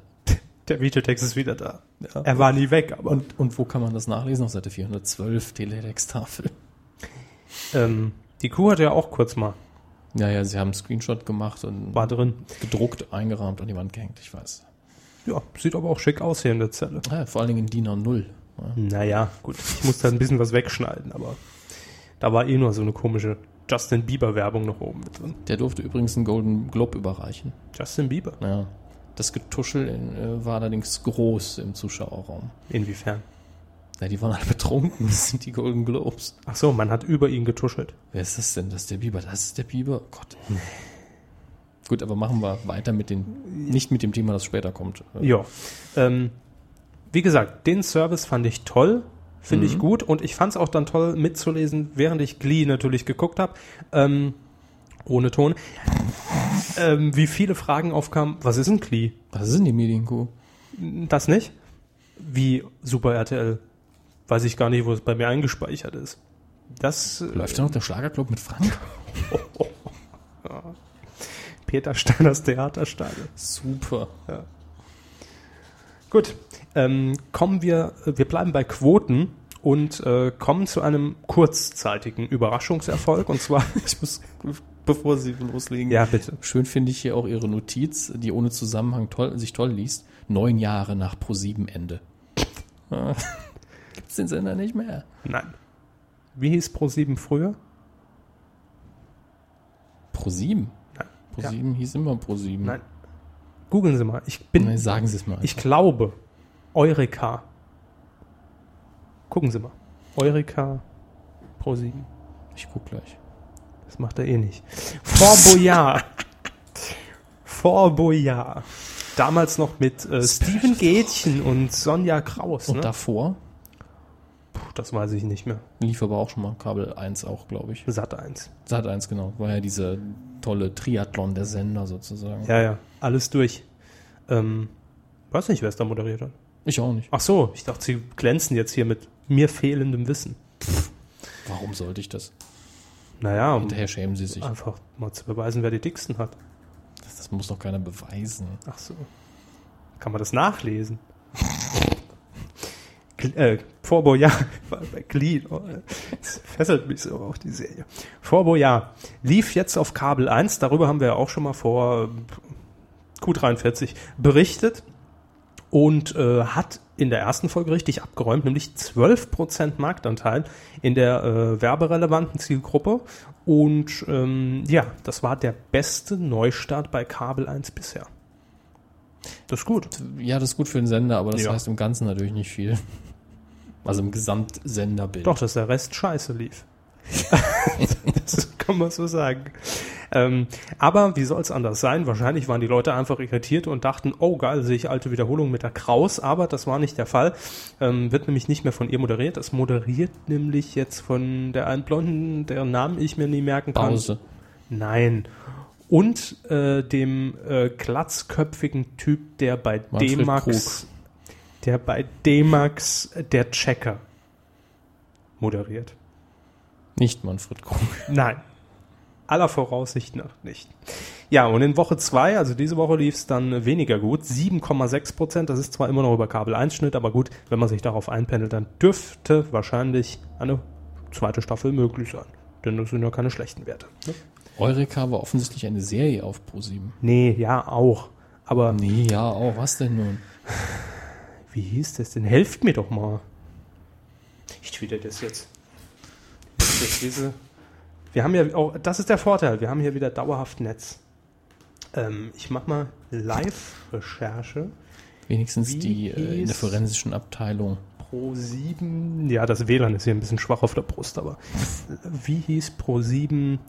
Der Videotext ist wieder da. Er war nie weg, aber. Und, und wo kann man das nachlesen? Auf Seite 412, Teletext-Tafel. ähm, Die Kuh hatte ja auch kurz mal, Ja, ja, sie haben einen Screenshot gemacht und war drin. gedruckt, eingerahmt an die Wand gehängt, ich weiß. Ja, sieht aber auch schick aus hier in der Zelle. Ah, vor allen Dingen in DIN A0. Ja. Naja, gut, ich muss da ein bisschen was wegschneiden, aber da war eh nur so eine komische Justin Bieber-Werbung noch oben mit drin. Der durfte übrigens einen Golden Globe überreichen. Justin Bieber? Ja. Das Getuschel in, äh, war allerdings groß im Zuschauerraum. Inwiefern? Ja, die waren alle *laughs* betrunken, das sind die Golden Globes. Ach so, man hat über ihn getuschelt. Wer ist das denn? Das ist der Biber. Das ist der Biber. Oh Gott. Gut, aber machen wir weiter mit den, nicht mit dem Thema, das später kommt. Äh, Ja. Ähm, wie gesagt, den Service fand ich toll, finde ich gut und ich fand es auch dann toll mitzulesen, während ich Glee natürlich geguckt habe, ähm, ohne Ton, ähm, wie viele Fragen aufkamen, was ist ein Glee? Was ist denn die Medienkuh? Das nicht? Wie Super RTL? Weiß ich gar nicht, wo es bei mir eingespeichert ist. Das äh, Läuft da noch der Schlagerclub mit Frank? *laughs* Peter Steiners Theaterstadion. Super. Gut, ähm, kommen wir, wir bleiben bei Quoten und äh, kommen zu einem kurzzeitigen Überraschungserfolg und zwar, Ich muss, bevor Sie *laughs* loslegen. ja bitte, Schön finde ich hier auch Ihre Notiz, die ohne Zusammenhang toll, sich toll liest. Neun Jahre nach *laughs* ProSieben-Ende. Ah, Gibt's den Sender nicht mehr. nein. Wie hieß Pro7 früher? ProSieben? Nein. Ja. ProSieben hieß immer ProSieben. Nein. Googeln Sie mal. Ich bin, Nein, sagen Sie es mal. ich glaube, Eureka. Gucken Sie mal. Eureka Pro7. ich guck gleich. Das macht er eh nicht. Fort Boyard. *laughs* Fort Boyard. Damals noch mit äh, Steven Gätchen und Sonja Kraus. Und Ne? davor Puh, das weiß ich nicht mehr. lief aber auch schon mal Kabel 1 auch, glaube ich. Sat 1. Sat 1, genau. War ja diese tolle Triathlon der Sender sozusagen. Ja, ja. Alles durch. Ähm, weiß nicht, wer es da moderiert hat. Ich auch nicht. Ach so, ich dachte, sie glänzen jetzt hier mit mir fehlendem Wissen. Warum sollte ich das? Naja, um Hinterher schämen sie sich. einfach mal zu beweisen, wer die dicksten hat. Das, das muss doch keiner beweisen. Ach so. Kann man das nachlesen? *laughs* Gl- äh, Fort Boyard, *laughs* war bei Glee, oh, das fesselt mich so auch die Serie. Fort Boyard lief jetzt auf Kabel 1, darüber haben wir ja auch schon mal vor äh, Q43 berichtet und äh, hat in der ersten Folge richtig abgeräumt, nämlich 12% Marktanteil in der äh, werberelevanten Zielgruppe und ähm, ja, das war der beste Neustart bei Kabel 1 bisher. Das ist gut. Ja, das ist gut für den Sender, aber das Ja. heißt im Ganzen natürlich nicht viel. *laughs* Also im Gesamtsenderbild. Doch, dass der Rest scheiße lief. das kann man so sagen. Ähm, aber wie soll es anders sein? Wahrscheinlich waren die Leute einfach irritiert und dachten, oh geil, sehe ich alte Wiederholungen mit der Kraus, aber das war nicht der Fall. Ähm, wird nämlich nicht mehr von ihr moderiert. Es moderiert nämlich jetzt von der einen Blonden, deren Namen ich mir nie merken kann. Pause. Nein. Und äh, dem äh, glatzköpfigen Typ, der bei Manfred D-Max, der bei D-Max äh, der Checker moderiert. Nicht Manfred Krug. Nein. Aller Voraussicht nach nicht. Ja, und in Woche 2, also diese Woche lief es dann weniger gut. 7,6 Prozent, das ist zwar immer noch über Kabel 1 Schnitt, aber gut, wenn man sich darauf einpendelt, dann dürfte wahrscheinlich eine zweite Staffel möglich sein. Denn das sind ja keine schlechten Werte. Ne? Eureka war offensichtlich eine Serie auf ProSieben. Nee, ja, auch. Aber Nee, ja, auch. Was denn nun? Wie hieß das denn? Helft mir doch mal. Ich twitter das jetzt. Das ist diese wir haben ja auch, das ist der Vorteil, wir haben hier wieder dauerhaft Netz. Ähm, ich mach mal Live-Recherche Wenigstens Wie die äh, in der hieß- forensischen Abteilung. pro 7. Ja, das WLAN ist hier ein bisschen schwach auf der Brust, aber wie hieß pro 7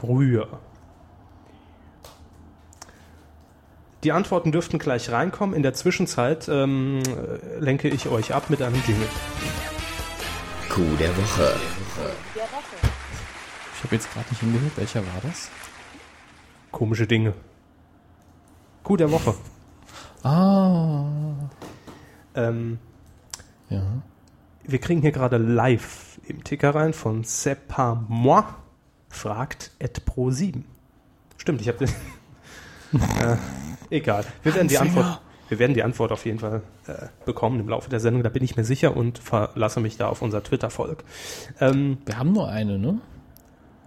früher? Die Antworten dürften gleich reinkommen. In der Zwischenzeit ähm, lenke ich euch ab mit einem Jingle. Kuh der Woche. Ich habe jetzt gerade nicht hingehört. Welcher war das? komische Dinge. Kuh der Woche. Ah. Ähm, Ja. wir kriegen hier gerade live im Ticker rein von C'est pas moi fragt at pro 7. Stimmt, ich habe den. *laughs* äh, egal. Wir werden, die Anfänger. Antwort, wir werden die Antwort auf jeden Fall äh, bekommen im Laufe der Sendung, da bin ich mir sicher und verlasse mich da auf unser Twitter-Volk. Ähm, Wir haben nur eine, ne?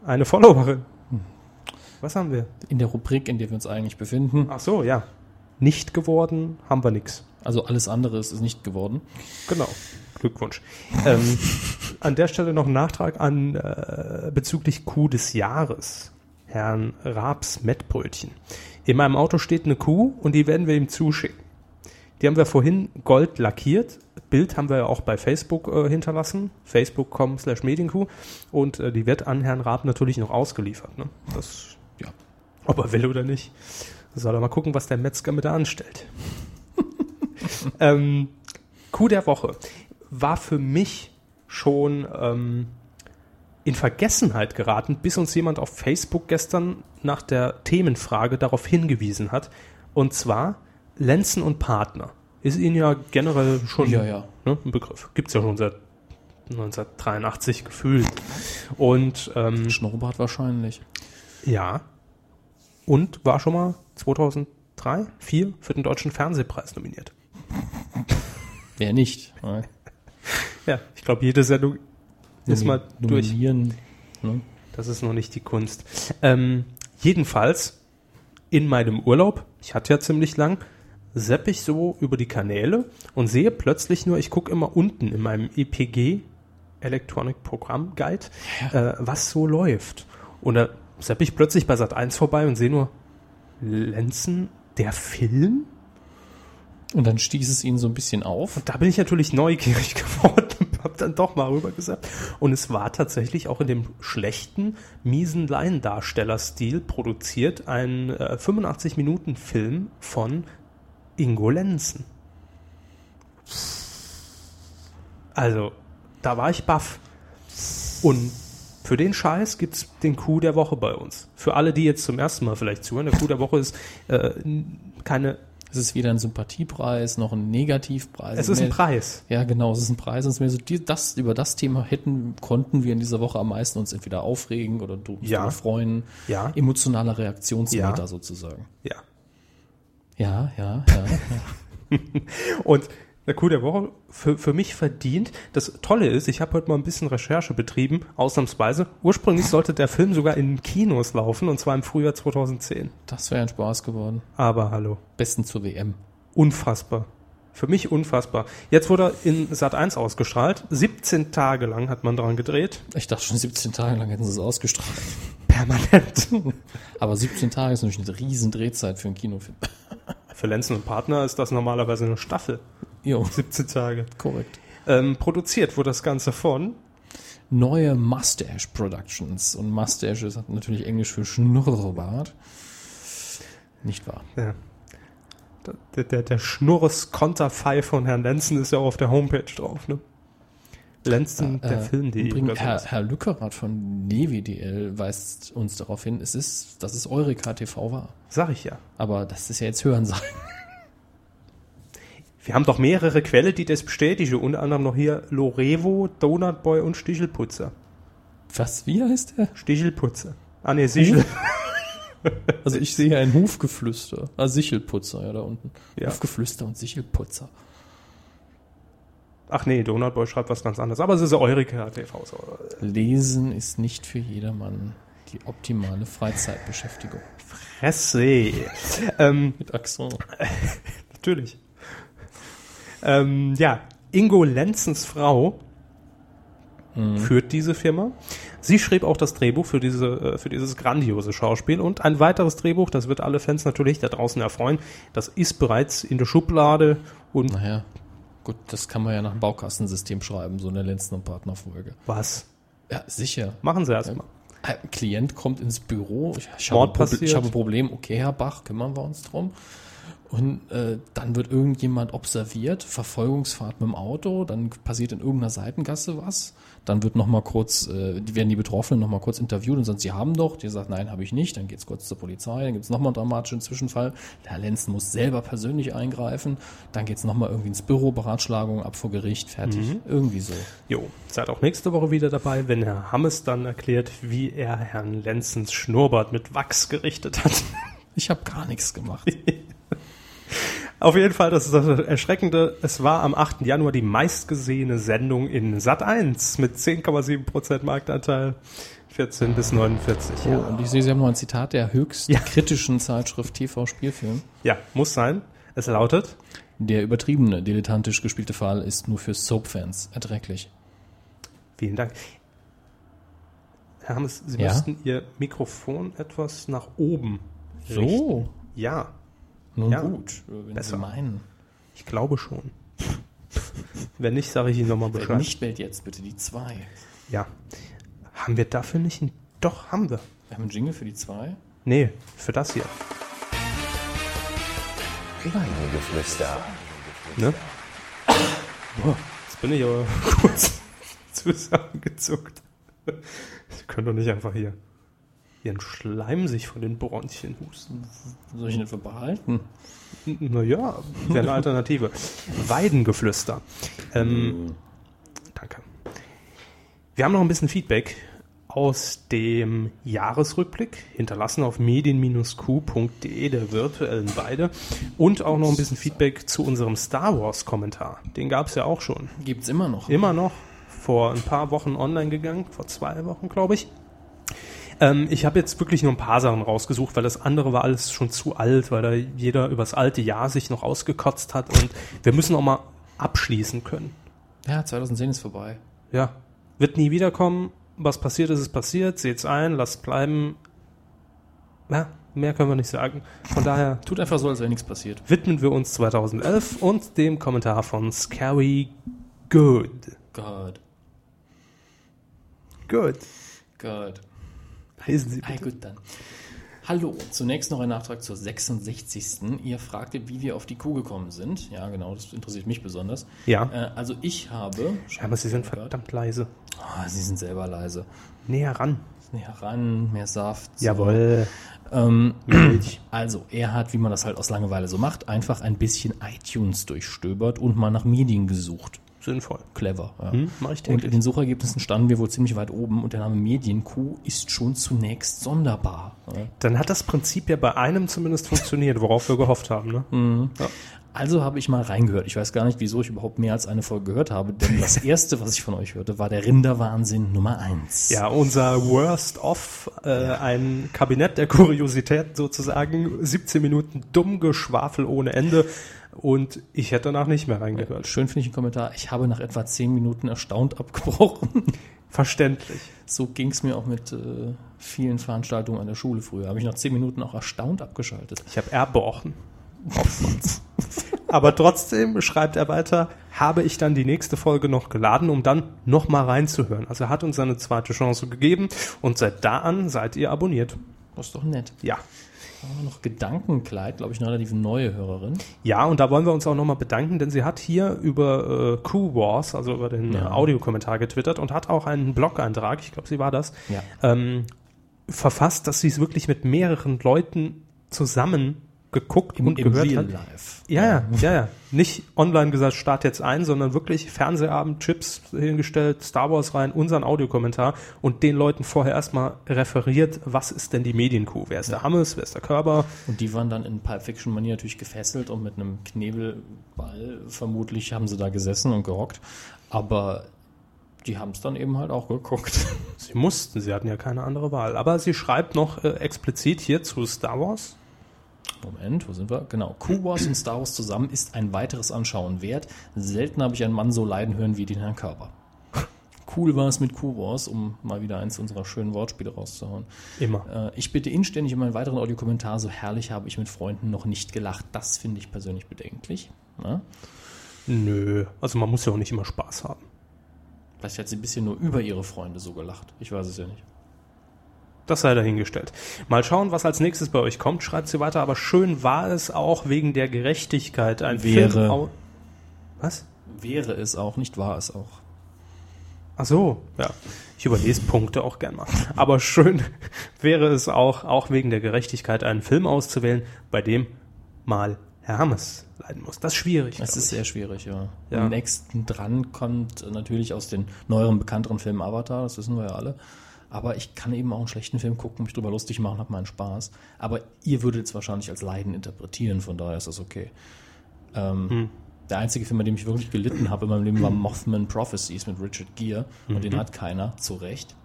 Eine Followerin. Was haben wir? In der Rubrik, in der wir uns eigentlich befinden. Ach so, ja. Nicht geworden haben wir nichts. Also alles andere ist es nicht geworden. Genau. Glückwunsch. ähm, an der Stelle noch ein Nachtrag an äh, bezüglich Kuh des Jahres. Herrn Raps Mettbrötchen. In meinem Auto steht eine Kuh und die werden wir ihm zuschicken. Die haben wir vorhin gold lackiert. Bild haben wir ja auch bei Facebook äh, hinterlassen. Facebook.com slash Medienkuh. Und äh, die wird an Herrn Raab natürlich noch ausgeliefert. Ne? Das, ja. Ob er will oder nicht. Soll er mal gucken, was der Metzger mit da *laughs* anstellt. ähm, Kuh der Woche war für mich schon ähm, in Vergessenheit geraten, bis uns jemand auf Facebook gestern nach der Themenfrage darauf hingewiesen hat. Und zwar Lenzen und Partner. Ist Ihnen ja generell schon Ja, ja. Ne, ein Begriff. Gibt es ja schon seit 1983 gefühlt. Und ähm, Schnurrbart wahrscheinlich. ja. Und war schon mal 2003, 4 für den Deutschen Fernsehpreis nominiert. Wer nicht? Ne? Ja, ich glaube, jede Sendung *laughs* ist mal Nomi- durch. Nominieren. Ne? Das ist noch nicht die Kunst. Ähm, jedenfalls, in meinem Urlaub, ich hatte ja ziemlich lang, sepp ich so über die Kanäle und sehe plötzlich nur, ich gucke immer unten in meinem EPG, Electronic Program Guide, äh, was so läuft. Und da sepp ich plötzlich bei Sat 1 vorbei und sehe nur, Lenzen, der Film? Und dann stieß es ihnen so ein bisschen auf. Da bin ich natürlich neugierig *laughs* geworden, hab dann doch mal rüber gesagt. Und es war tatsächlich auch in dem schlechten, miesen Laiendarstellerstil produziert ein äh, 85-Minuten-Film von Ingo Lenzen. Also, da war ich baff. Und für den Scheiß gibt's den Coup der Woche bei uns. Für alle, die jetzt zum ersten Mal vielleicht zuhören, der Coup der Woche ist äh, n- keine. Es ist weder ein Sympathiepreis noch ein Negativpreis. Es ist ein Mehr- Preis. Ja, genau, es ist ein Preis. Und es ist mehr so, die, das, über das Thema hätten, konnten wir in dieser Woche am meisten uns entweder aufregen oder du, Ja. drüber freuen. Ja. Emotionaler Reaktionsmeter Ja. sozusagen. Ja. Ja, ja, ja. *laughs* Und der Coup der Woche für, für mich verdient. Das Tolle ist, ich habe heute mal ein bisschen Recherche betrieben, ausnahmsweise. Ursprünglich sollte der Film sogar in Kinos laufen, und zwar im Frühjahr 2010. das wäre ein Spaß geworden. Aber hallo. Besten zur WM. Unfassbar. Für mich unfassbar. Jetzt wurde er in Sat 1 ausgestrahlt. 17 Tage lang hat man dran gedreht. Ich dachte schon 17 Tage lang hätten sie es ausgestrahlt. Permanent. *laughs* Aber 17 Tage ist natürlich eine riesen Drehzeit für einen Kinofilm. Für Lenzen und Partner ist das normalerweise eine Staffel. Jo, 17 Tage. korrekt. Ähm, produziert wurde das Ganze von Neue Mustache Productions. Und Mustache ist natürlich Englisch für Schnurrbart. Nicht wahr? Ja. Der, der, der schnurres Konterfei von Herrn Lenzen ist ja auch auf der Homepage drauf, ne? Lenzen, Äh, der Film, die Übrigens, Herr, Herr Lückerath von NeviDL weist uns darauf hin, es ist, dass es Eureka TV war. Sag ich ja. Aber das ist ja jetzt Hörensagen. Wir haben doch mehrere Quellen, die das bestätigen. Unter anderem noch hier Lorevo, Donutboy und Stichelputzer. Was, wie heißt der? Stichelputzer. Ah, ne, Sichel. Also ich sehe ein Hufgeflüster. Ah, Sichelputzer, ja, da unten. Ja. Hufgeflüster und Sichelputzer. Ach nee, Donutboy schreibt was ganz anderes. Aber es ist ja Eureka TV. So. Lesen ist nicht für jedermann die optimale Freizeitbeschäftigung. Hesse. ähm, Mit Accent. Natürlich. Ähm, ja, Ingo Lenzens Frau führt diese Firma. Sie schrieb auch das Drehbuch für, diese, äh, für dieses grandiose Schauspiel und ein weiteres Drehbuch, das wird alle Fans natürlich da draußen erfreuen. Das ist bereits in der Schublade und Naja, gut, das kann man ja nach dem Baukastensystem schreiben, so eine Lenzen- und Partnerfolge. was? Ja, sicher. Machen Sie erstmal. Ein Klient kommt ins Büro, ich, ich, Mord habe, ein Probl- passiert. ich habe ein Problem, okay, Herr Bach, kümmern wir uns drum. Und äh, dann wird irgendjemand observiert, Verfolgungsfahrt mit dem Auto, dann passiert in irgendeiner Seitengasse was, dann wird noch mal kurz, äh, die werden die Betroffenen noch mal kurz interviewt und sonst, sie haben doch, die sagt, nein, habe ich nicht, dann geht's kurz zur Polizei, dann gibt's noch mal einen dramatischen Zwischenfall, der Herr Lenzen muss selber persönlich eingreifen, dann geht's noch mal irgendwie ins Büro, Beratschlagung, ab vor Gericht, fertig, Mhm. irgendwie so. Jo, seid auch nächste Woche wieder dabei, wenn Herr Hammes dann erklärt, wie er Herrn Lenzens Schnurrbart mit Wachs gerichtet hat. Ich habe gar nichts gemacht. Auf jeden Fall, das ist das Erschreckende. Es war am 8. Januar die meistgesehene Sendung in Sat 1 mit 10,7% Marktanteil. 14 bis 49, ja. Oh, und ich sehe, Sie haben noch ein Zitat der höchst Ja. kritischen Zeitschrift TV Spielfilm. Ja, muss sein. Es lautet, Der übertriebene, dilettantisch gespielte Fall ist nur für Soap-Fans erträglich. vielen Dank. Herr Hammes, Sie Ja? müssten Ihr Mikrofon etwas nach oben richten. So, Ja, nun Ja. gut, wenn Besser. Sie meinen. ich glaube schon. Wenn nicht, sage ich Ihnen nochmal Wenn Bescheid. nicht, wählt jetzt bitte die 2. Ja. Haben wir dafür nicht ein... Doch, haben wir. Wir haben einen Jingle für die 2. Nee, für das hier. Weidengeflüster. Ne? Boah, jetzt bin ich aber *laughs* kurz zusammengezuckt. Sie können doch nicht einfach hier ihren Schleim sich von den Bronchien husten. Soll ich ihn etwa behalten? Naja, wäre eine Alternative. Weidengeflüster. Ähm, danke. Wir haben noch ein bisschen Feedback aus dem Jahresrückblick, hinterlassen auf medien-q.de der virtuellen Weide und auch noch ein bisschen Feedback zu unserem Star Wars-Kommentar. Den gab es ja auch schon Gibt's immer noch. immer noch vor ein paar Wochen online gegangen, vor zwei Wochen, glaube ich. Ähm, ich habe jetzt wirklich nur ein paar Sachen rausgesucht, weil das andere war alles schon zu alt, weil da jeder übers alte Jahr sich noch ausgekotzt hat und wir müssen auch mal abschließen können. Ja, 2010 ist vorbei. Ja, wird nie wiederkommen. Was passiert ist, ist passiert. Seht's ein, lasst bleiben. Ja, mehr können wir nicht sagen. Von daher Tut einfach so, als wäre nichts passiert. widmen wir uns 2011 und dem Kommentar von Scary Good. God. Good. God. Lesen Sie Ah, gut dann. Hallo, zunächst noch ein Nachtrag zur 66. Ihr fragtet, wie wir auf die Kuh gekommen sind. Ja, genau, das interessiert mich besonders. Ja. Äh, also ich habe. Ja, aber sie Oh sind verdammt leise. Ah, sie sind selber leise. Näher ran. Näher ran, mehr Saft. so. Jawohl. *clears throat* Ähm, also, er hat, wie man das halt aus Langeweile so macht, einfach ein bisschen iTunes durchstöbert und mal nach Medien gesucht. Sinnvoll. Clever. Ja. Hm, mach ich und in täglich. den Suchergebnissen standen wir wohl ziemlich weit oben und der Name Medienkuh ist schon zunächst sonderbar. Ja. Dann hat das Prinzip ja bei einem zumindest funktioniert, worauf wir gehofft haben. Ne? Also habe ich mal reingehört. Ich weiß gar nicht, wieso ich überhaupt mehr als eine Folge gehört habe, *laughs* denn das erste, was ich von euch hörte, war der Rinderwahnsinn Nummer 1. Ja, unser Worst of, äh, ein Kabinett der Kuriosität sozusagen, 17 Minuten dumm Geschwafel ohne Ende und ich hätte danach nicht mehr reingehört. Schön finde ich einen Kommentar. Ich habe nach etwa 10 Minuten *laughs* erstaunt abgebrochen. Verständlich. So ging es mir auch mit äh, vielen Veranstaltungen an der Schule früher. Habe ich nach 10 Minuten auch erstaunt abgeschaltet. Ich habe erbrochen. Aber trotzdem, schreibt er weiter, habe ich dann die nächste Folge noch geladen, um dann nochmal reinzuhören. Also er hat uns eine zweite Chance gegeben und seit da an seid ihr abonniert. Das ist doch nett. Ja. Aber noch Gedankenkleid, glaube ich, eine relativ neue Hörerin. Ja, und da wollen wir uns auch nochmal bedanken, denn sie hat hier über äh, Q-Wars, also über den äh, Audiokommentar getwittert und hat auch einen Blog-Eintrag, ich glaube, sie war das, Ja. ähm, verfasst, dass sie es wirklich mit mehreren Leuten zusammen geguckt und gehört hat. Life. Ja, ja, ja, ja. Nicht online gesagt, start jetzt ein, sondern wirklich Fernsehabend, Chips hingestellt, Star Wars rein, unseren Audiokommentar und den Leuten vorher erstmal referiert, was ist denn die Medienkuh? Wer ist der Hammes? Wer ist der Körper? Und die waren dann in Pulp Fiction Manier natürlich gefesselt und mit einem Knebelball vermutlich haben sie da gesessen und gehockt. Aber die haben es dann eben halt auch geguckt. *laughs* Sie mussten, sie hatten ja keine andere Wahl. Aber sie schreibt noch äh, explizit hier zu Star Wars. Moment, wo sind wir? Genau. Q-Wars und Star Wars zusammen ist ein weiteres Anschauen wert. Selten habe ich einen Mann so leiden hören wie den Herrn Körper. Cool war es mit Q-Wars, um mal wieder eins unserer schönen Wortspiele rauszuhauen. Immer. Äh, ich bitte inständig um einen weiteren Audiokommentar. So herrlich habe ich mit Freunden noch nicht gelacht. Das finde ich persönlich bedenklich. Ne? Na? Nö, also man muss ja auch nicht immer Spaß haben. Vielleicht hat sie ein bisschen nur über ihre Freunde so gelacht. Ich weiß es ja nicht. Das sei dahingestellt. Mal schauen, was als nächstes bei euch kommt, schreibt sie weiter. Aber schön war es auch wegen der Gerechtigkeit ein Wäre. Film. au- Was? Wäre es auch, nicht war es auch. Ach so, ja. Ich überlese Punkte auch gern mal. Aber schön *laughs* wäre es auch, auch wegen der Gerechtigkeit, einen Film auszuwählen, bei dem mal Herr Hammes leiden muss. Das ist schwierig. Es glaub ist ich. sehr schwierig, ja. Ja. Am nächsten dran kommt natürlich aus den neueren, bekannteren Filmen Avatar, das wissen wir ja alle. Aber ich kann eben auch einen schlechten Film gucken, mich drüber lustig machen, hab meinen Spaß. Aber ihr würdet es wahrscheinlich als Leiden interpretieren, von daher ist das okay. Ähm, Der einzige Film, an dem ich wirklich gelitten habe in meinem Leben, war Mothman Prophecies mit Richard Gere. Und den hat keiner, zu Recht,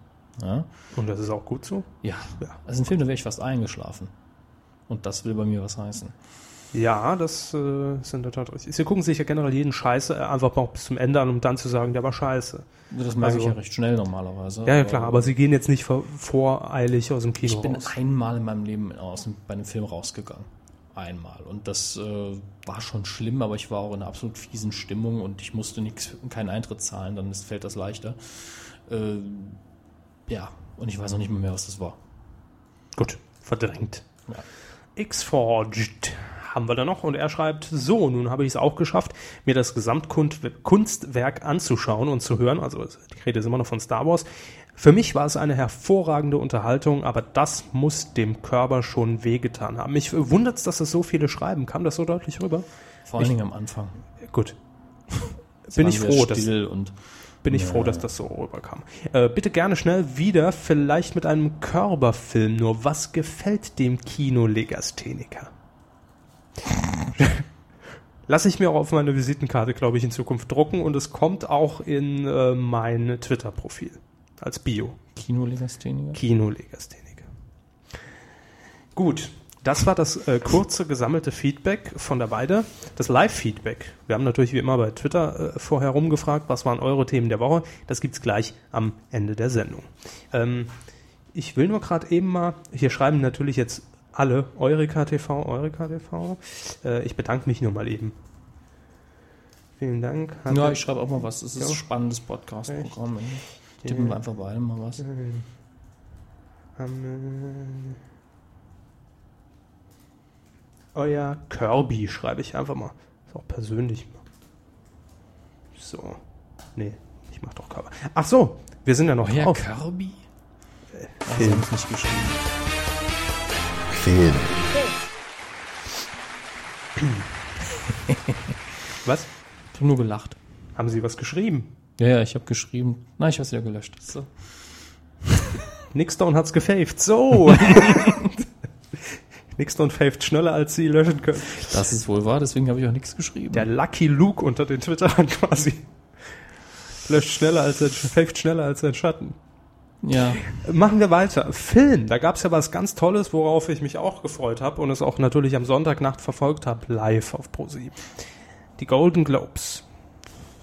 Ja? Und das ist auch gut so? Ja. Ja. Also ein Film, da wäre ich fast eingeschlafen. Und das will bei mir was heißen. Ja, das äh, ist in der Tat richtig. Sie gucken sich ja generell jeden Scheiße äh, einfach mal bis zum Ende an, um dann zu sagen, der war scheiße. Das merke Also- ich ja recht schnell normalerweise. Ja, ja, klar, aber sie gehen jetzt nicht vor, voreilig aus dem Kino Ich bin raus. einmal in meinem Leben aus, bei einem Film rausgegangen. Einmal. Und das äh, war schon schlimm, aber ich war auch in einer absolut fiesen Stimmung und ich musste nix, keinen Eintritt zahlen, dann ist, fällt das leichter. Äh, ja, und ich weiß noch nicht mal mehr, was das war. Gut, verdrängt. Ja. X-Forged haben wir da noch und er schreibt, so, nun habe ich es auch geschafft, mir das Gesamtkunstwerk anzuschauen und zu hören, also die Rede ist immer noch von Star Wars. Für mich war es eine hervorragende Unterhaltung, aber das muss dem Körper schon wehgetan haben. Mich wundert es, dass es so viele schreiben. Kam das so deutlich rüber? Vor allen Dingen am Anfang. Gut. Bin ich Waren wir froh, dass, still und bin ich froh, dass das so rüberkam. Äh, bitte gerne schnell wieder, vielleicht mit einem Körperfilm nur. Was gefällt dem Kinolegastheniker? *laughs* Lass ich mir auch auf meine Visitenkarte, glaube ich, in Zukunft drucken und es kommt auch in äh, mein Twitter-Profil als Bio. Kinolegastheniker. Kinolegastheniker. Gut, das war das äh, kurze gesammelte Feedback von der Weide. Das Live-Feedback. Wir haben natürlich wie immer bei Twitter äh, vorher rumgefragt, was waren eure Themen der Woche. Das gibt's gleich am Ende der Sendung. Ähm, ich will nur gerade eben mal, hier schreiben natürlich jetzt alle Eureka TV, Eureka TV. Äh, ich bedanke mich nur mal eben. Vielen Dank. Hat- Ja, ich schreibe auch mal was. Es ist Ja. ein spannendes Podcast-Programm. Tippen wir einfach beide mal was. Ähm, Euer Kirby schreibe ich einfach mal. Ist auch persönlich. So. Nee, ich mach doch Cover. Ach so, wir sind ja noch Euer drauf. Ah Kirby? Also, Film. haben es nicht geschrieben. Film. Was? Ich habe nur gelacht. Haben Sie was geschrieben? Ja, ja, ich habe geschrieben. Nein, ich habe es wieder gelöscht. So. Nixdown hat's gefaved. *laughs* So. Nixdown faved schneller, als Sie löschen können. Das ist wohl wahr, deswegen habe ich auch nichts geschrieben. Der Lucky Luke unter den Twitterern quasi. Löscht schneller als sein, faved schneller als sein Schatten. ja, Machen wir weiter. Film, da gab es ja was ganz Tolles, worauf ich mich auch gefreut habe und es auch natürlich am Sonntagnacht verfolgt habe, live auf ProSieben. Die Golden Globes.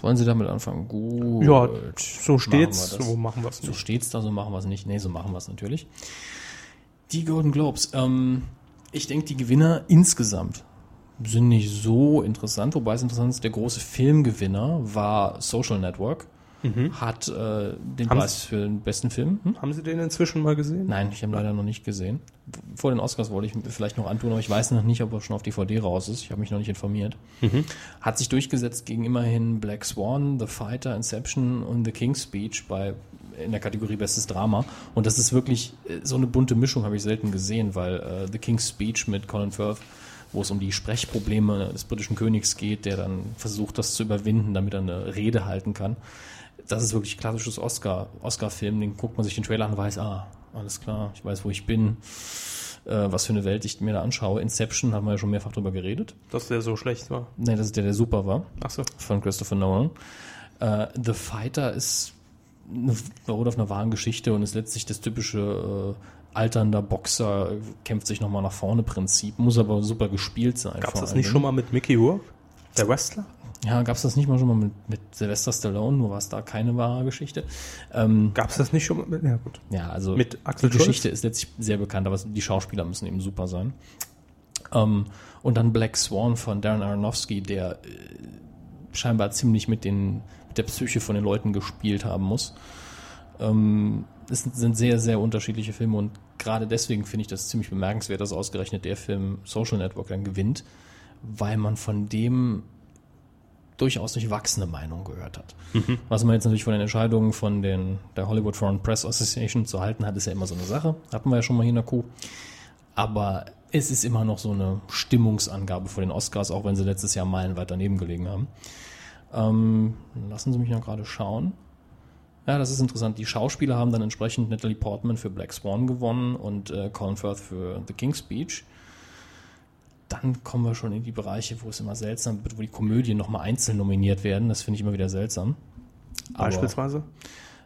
wollen Sie damit anfangen? Gut. Ja, so steht's, Machen wir das. so machen wir es So nicht. steht's da, so machen wir es nicht. Nee, so machen wir es natürlich. Die Golden Globes. Ähm, ich denke, die Gewinner insgesamt sind nicht so interessant, wobei es interessant ist, der große Filmgewinner war Social Network, hat äh, den Haben Preis für den besten Film. Hm? Haben Sie den inzwischen mal gesehen? Nein, ich habe leider noch nicht gesehen. Vor den Oscars wollte ich mir vielleicht noch antun, aber ich weiß noch nicht, ob er schon auf DVD raus ist. Ich habe mich noch nicht informiert. Hat sich durchgesetzt gegen immerhin Black Swan, The Fighter, Inception und The King's Speech bei in der Kategorie Bestes Drama. Und das ist wirklich äh, so eine bunte Mischung, habe ich selten gesehen, weil äh, The King's Speech mit Colin Firth, wo es um die Sprechprobleme des britischen Königs geht, der dann versucht, das zu überwinden, damit er eine Rede halten kann das ist wirklich klassisches Oscar, Oscar-Film, den guckt man sich den Trailer an und weiß, ah, alles klar, ich weiß, wo ich bin, äh, was für eine Welt ich mir da anschaue. Inception haben wir ja schon mehrfach drüber geredet. Dass der so schlecht war. Nee, das ist der, der super war, Achso. von Christopher Nolan. Äh, The Fighter ist eine, beruht auf einer wahren Geschichte und ist letztlich das typische äh, alternder Boxer, äh, kämpft sich nochmal nach vorne Prinzip, muss aber super gespielt sein. Gab es vor das allen nicht Dingen. schon mal mit Mickey Rourke? Der Wrestler? Ja, gab es das nicht mal schon mal mit, mit Sylvester Stallone, nur war es da keine wahre Geschichte. Ähm, Gab es das nicht schon mal mit. Ja, gut. Ja, also Mit Axel die Geschichte ist letztlich sehr bekannt, aber es- die Schauspieler müssen eben super sein. Ähm, und dann Black Swan von Darren Aronofsky, der äh, scheinbar ziemlich mit, den, mit der Psyche von den Leuten gespielt haben muss. Ähm, es sind- sind sehr, sehr unterschiedliche Filme und gerade deswegen finde ich das ziemlich bemerkenswert, dass ausgerechnet der Film Social Network dann gewinnt, weil man von dem durchaus durchwachsene Meinung gehört hat. Was man jetzt natürlich von den Entscheidungen von den, der Hollywood Foreign Press Association zu halten hat, ist ja immer so eine Sache. Hatten wir ja schon mal hier in der Kuh. Aber es ist immer noch so eine Stimmungsangabe vor den Oscars, auch wenn sie letztes Jahr meilenweit daneben gelegen haben. Ähm, lassen Sie mich noch gerade schauen. Ja, das ist interessant. Die Schauspieler haben dann entsprechend Natalie Portman für Black Swan gewonnen und äh, Colin Firth für The King's Speech dann kommen wir schon in die Bereiche, wo es immer seltsam wird, wo die Komödien nochmal einzeln nominiert werden. Das finde ich immer wieder seltsam. Aber, Beispielsweise.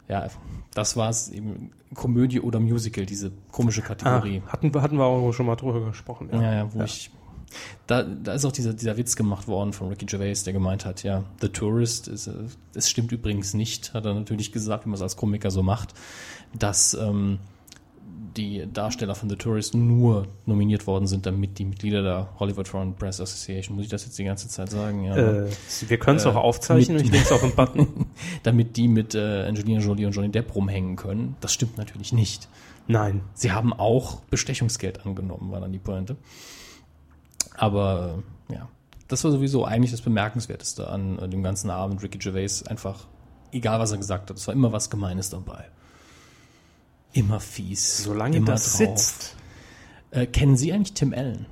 Ja, das war es eben Komödie oder Musical, diese komische Ah, Kategorie. hatten, wir- hatten wir auch schon mal drüber gesprochen. Ja, ja, wo ich. Da, da ist auch dieser, dieser Witz gemacht worden von Ricky Gervais, der gemeint hat, ja, The Tourist, ist, äh, es stimmt übrigens nicht, hat er natürlich gesagt, wie man es als Komiker so macht, dass ähm, die Darsteller von The Tourist nur nominiert worden sind, damit die Mitglieder der Hollywood Foreign Press Association, muss ich das jetzt die ganze Zeit sagen, ja, Äh, wir können es Äh, auch aufzeichnen, mit- ich lege es auf den *laughs* Button. damit die mit äh, Angelina Jolie und Johnny Depp rumhängen können. Das stimmt natürlich nicht. Nein. Sie haben auch Bestechungsgeld angenommen, war dann die Pointe. Aber äh, ja, das war sowieso eigentlich das Bemerkenswerteste an äh, dem ganzen Abend. Ricky Gervais einfach, egal was er gesagt hat, es war immer was Gemeines dabei. Immer fies. Solange immer das sitzt. Äh, kennen Sie eigentlich Tim Allen?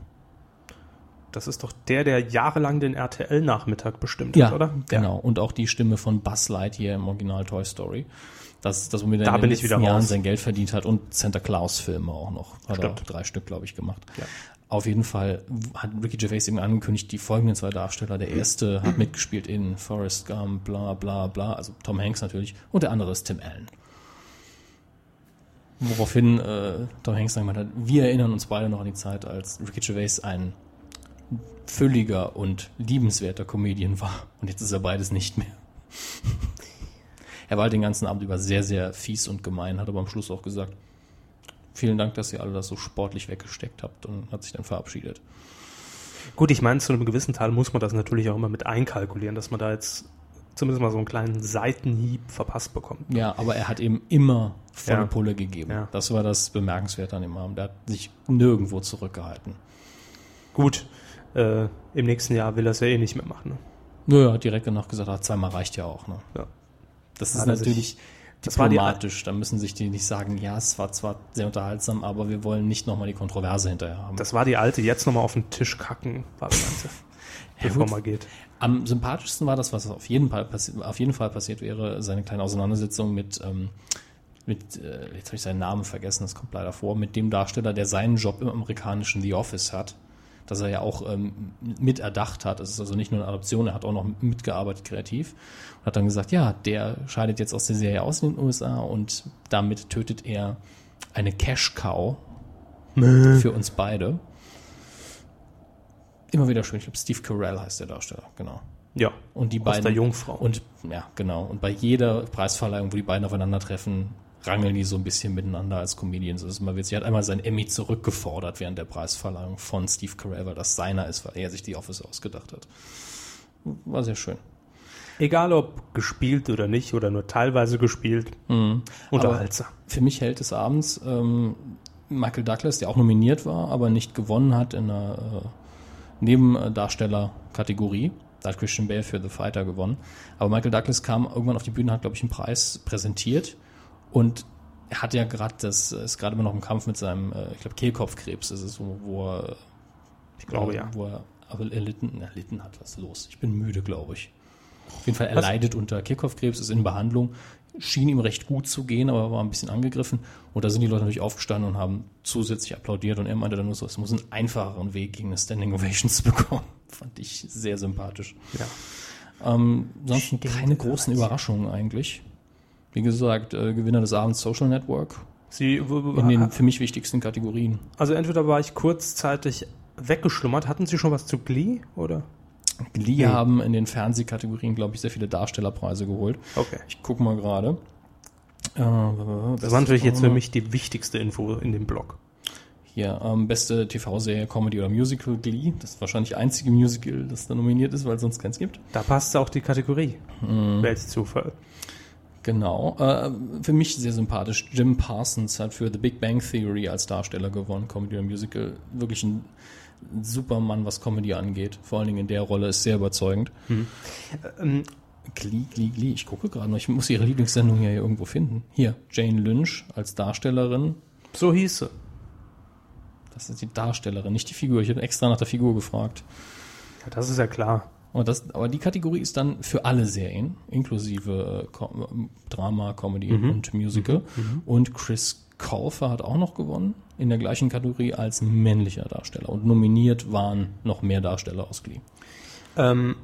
Das ist doch der, der jahrelang den RTL-Nachmittag bestimmt hat, oder? genau. Und auch die Stimme von Buzz Lightyear im Original Toy Story. Das ist das, womit er Da in den bin ich letzten wieder Jahren raus. sein Geld verdient hat und Santa Claus-Filme auch noch. Hat Stimmt. er drei Stück, glaube ich, gemacht. Ja. Auf jeden Fall hat Ricky Gervais eben angekündigt, die folgenden zwei Darsteller. Der erste hat mitgespielt in Forrest Gump, bla bla bla, also Tom Hanks natürlich, und der andere ist Tim Allen. Woraufhin äh, Tom Hanks dann gemeint hat, wir erinnern uns beide noch an die Zeit, als Ricky Gervais ein fülliger und liebenswerter Comedian war. Und jetzt ist er beides nicht mehr. *laughs* er war halt den ganzen Abend über sehr, sehr fies und gemein, hat aber am Schluss auch gesagt, vielen Dank, dass ihr alle das so sportlich weggesteckt habt und hat sich dann verabschiedet. Gut, ich meine, zu einem gewissen Teil muss man das natürlich auch immer mit einkalkulieren, dass man da jetzt zumindest mal so einen kleinen Seitenhieb verpasst bekommt. Ja, aber er hat eben immer volle Ja. Pulle gegeben. Ja. Das war das Bemerkenswerte an dem Abend. Er hat sich nirgendwo zurückgehalten. Gut, äh, im nächsten Jahr will er es ja eh nicht mehr machen. Ne? Naja, hat direkt danach gesagt, ah, zweimal reicht ja auch. Ne? Ja. Das Hat ist er sich- natürlich das war die- diplomatisch. da müssen sich die nicht sagen, ja, es war zwar sehr unterhaltsam, aber wir wollen nicht nochmal die Kontroverse hinterher haben. Das war die alte, jetzt nochmal auf den Tisch kacken, war das *laughs* Ganze. Bevor gut. man geht. Am sympathischsten war das, was auf jeden Fall, passi auf jeden Fall passiert wäre, seine kleine Auseinandersetzung mit, ähm, mit äh, jetzt habe ich seinen Namen vergessen, das kommt leider vor, mit dem Darsteller, der seinen Job im amerikanischen The Office hat, dass er ja auch ähm, mit erdacht hat. Es ist also nicht nur eine Adaption, er hat auch noch mitgearbeitet kreativ und hat dann gesagt, ja, der scheidet jetzt aus der Serie aus in den USA und damit tötet er eine Cash-Cow für uns beide. Immer wieder schön. Ich glaube, Steve Carell heißt der Darsteller, genau. Ja, Und die aus beiden. der Jungfrau. Und ja, genau. Und bei jeder Preisverleihung, wo die beiden aufeinandertreffen, rangeln die so ein bisschen miteinander als Comedians. Das ist immer witzig. Er hat einmal seinen Emmy zurückgefordert während der Preisverleihung von Steve Carell, weil das seiner ist, weil er sich die Office ausgedacht hat. War sehr schön. Egal ob gespielt oder nicht oder nur teilweise gespielt, Mhm. unterhaltsam. Für mich hält es abends ähm, Michael Douglas, der auch nominiert war, aber nicht gewonnen hat in der äh, Nebendarsteller-Kategorie. Da hat Christian Bale für The Fighter gewonnen. Aber Michael Douglas kam irgendwann auf die Bühne, hat, glaube ich, einen Preis präsentiert und er hat ja gerade, das ist gerade immer noch im Kampf mit seinem, äh, ich glaube, Kehlkopfkrebs ist es, wo, wo er, ich glaube, ja. wo er aber erlitten, erlitten hat, was ist los. Ich bin müde, glaube ich. Auf jeden Fall, er leidet unter Kehlkopfkrebs, ist in Behandlung, schien ihm recht gut zu gehen, aber war ein bisschen angegriffen. Und da sind die Leute natürlich aufgestanden und haben zusätzlich applaudiert. Und er meinte dann nur so, es muss einen einfacheren Weg gegen eine Standing Ovation *laughs* zu bekommen. Fand ich sehr sympathisch. Ja. Ansonsten keine großen Überraschungen eigentlich. Wie gesagt, äh, Gewinner des Abends Social Network Sie, in den für mich wichtigsten Kategorien. also entweder war ich kurzzeitig weggeschlummert. Hatten Sie schon was zu Glee oder? Die haben in den Fernsehkategorien, glaube ich, sehr viele Darstellerpreise geholt. Okay. Ich gucke mal gerade. Äh, Das war natürlich jetzt für mich die wichtigste Info in dem Blog. Hier, ähm, beste TV-Serie, Comedy oder Musical, Glee. Das ist wahrscheinlich einzige Musical, das da nominiert ist, weil es sonst keins gibt. Da passt auch die Kategorie. Mhm. Welch Zufall. Genau. Äh, für mich sehr sympathisch. Jim Parsons hat für The Big Bang Theory als Darsteller gewonnen, Comedy oder Musical. Wirklich ein Supermann, was Comedy angeht. Vor allen Dingen in der Rolle ist sehr überzeugend. Ähm, Glee, Glee, Glee. Ich gucke gerade noch. Ich muss ihre Lieblingssendung ja hier irgendwo finden. Hier, Jane Lynch als Darstellerin. So hieße. Das ist die Darstellerin, nicht die Figur. Ich habe extra nach der Figur gefragt. Ja, das ist ja klar. Und das, aber die Kategorie ist dann für alle Serien, inklusive äh, Com Drama, Comedy und Musical. Und Chris Colfer hat auch noch gewonnen in der gleichen Kategorie als männlicher Darsteller. Und nominiert waren noch mehr Darsteller aus Glee. Ähm,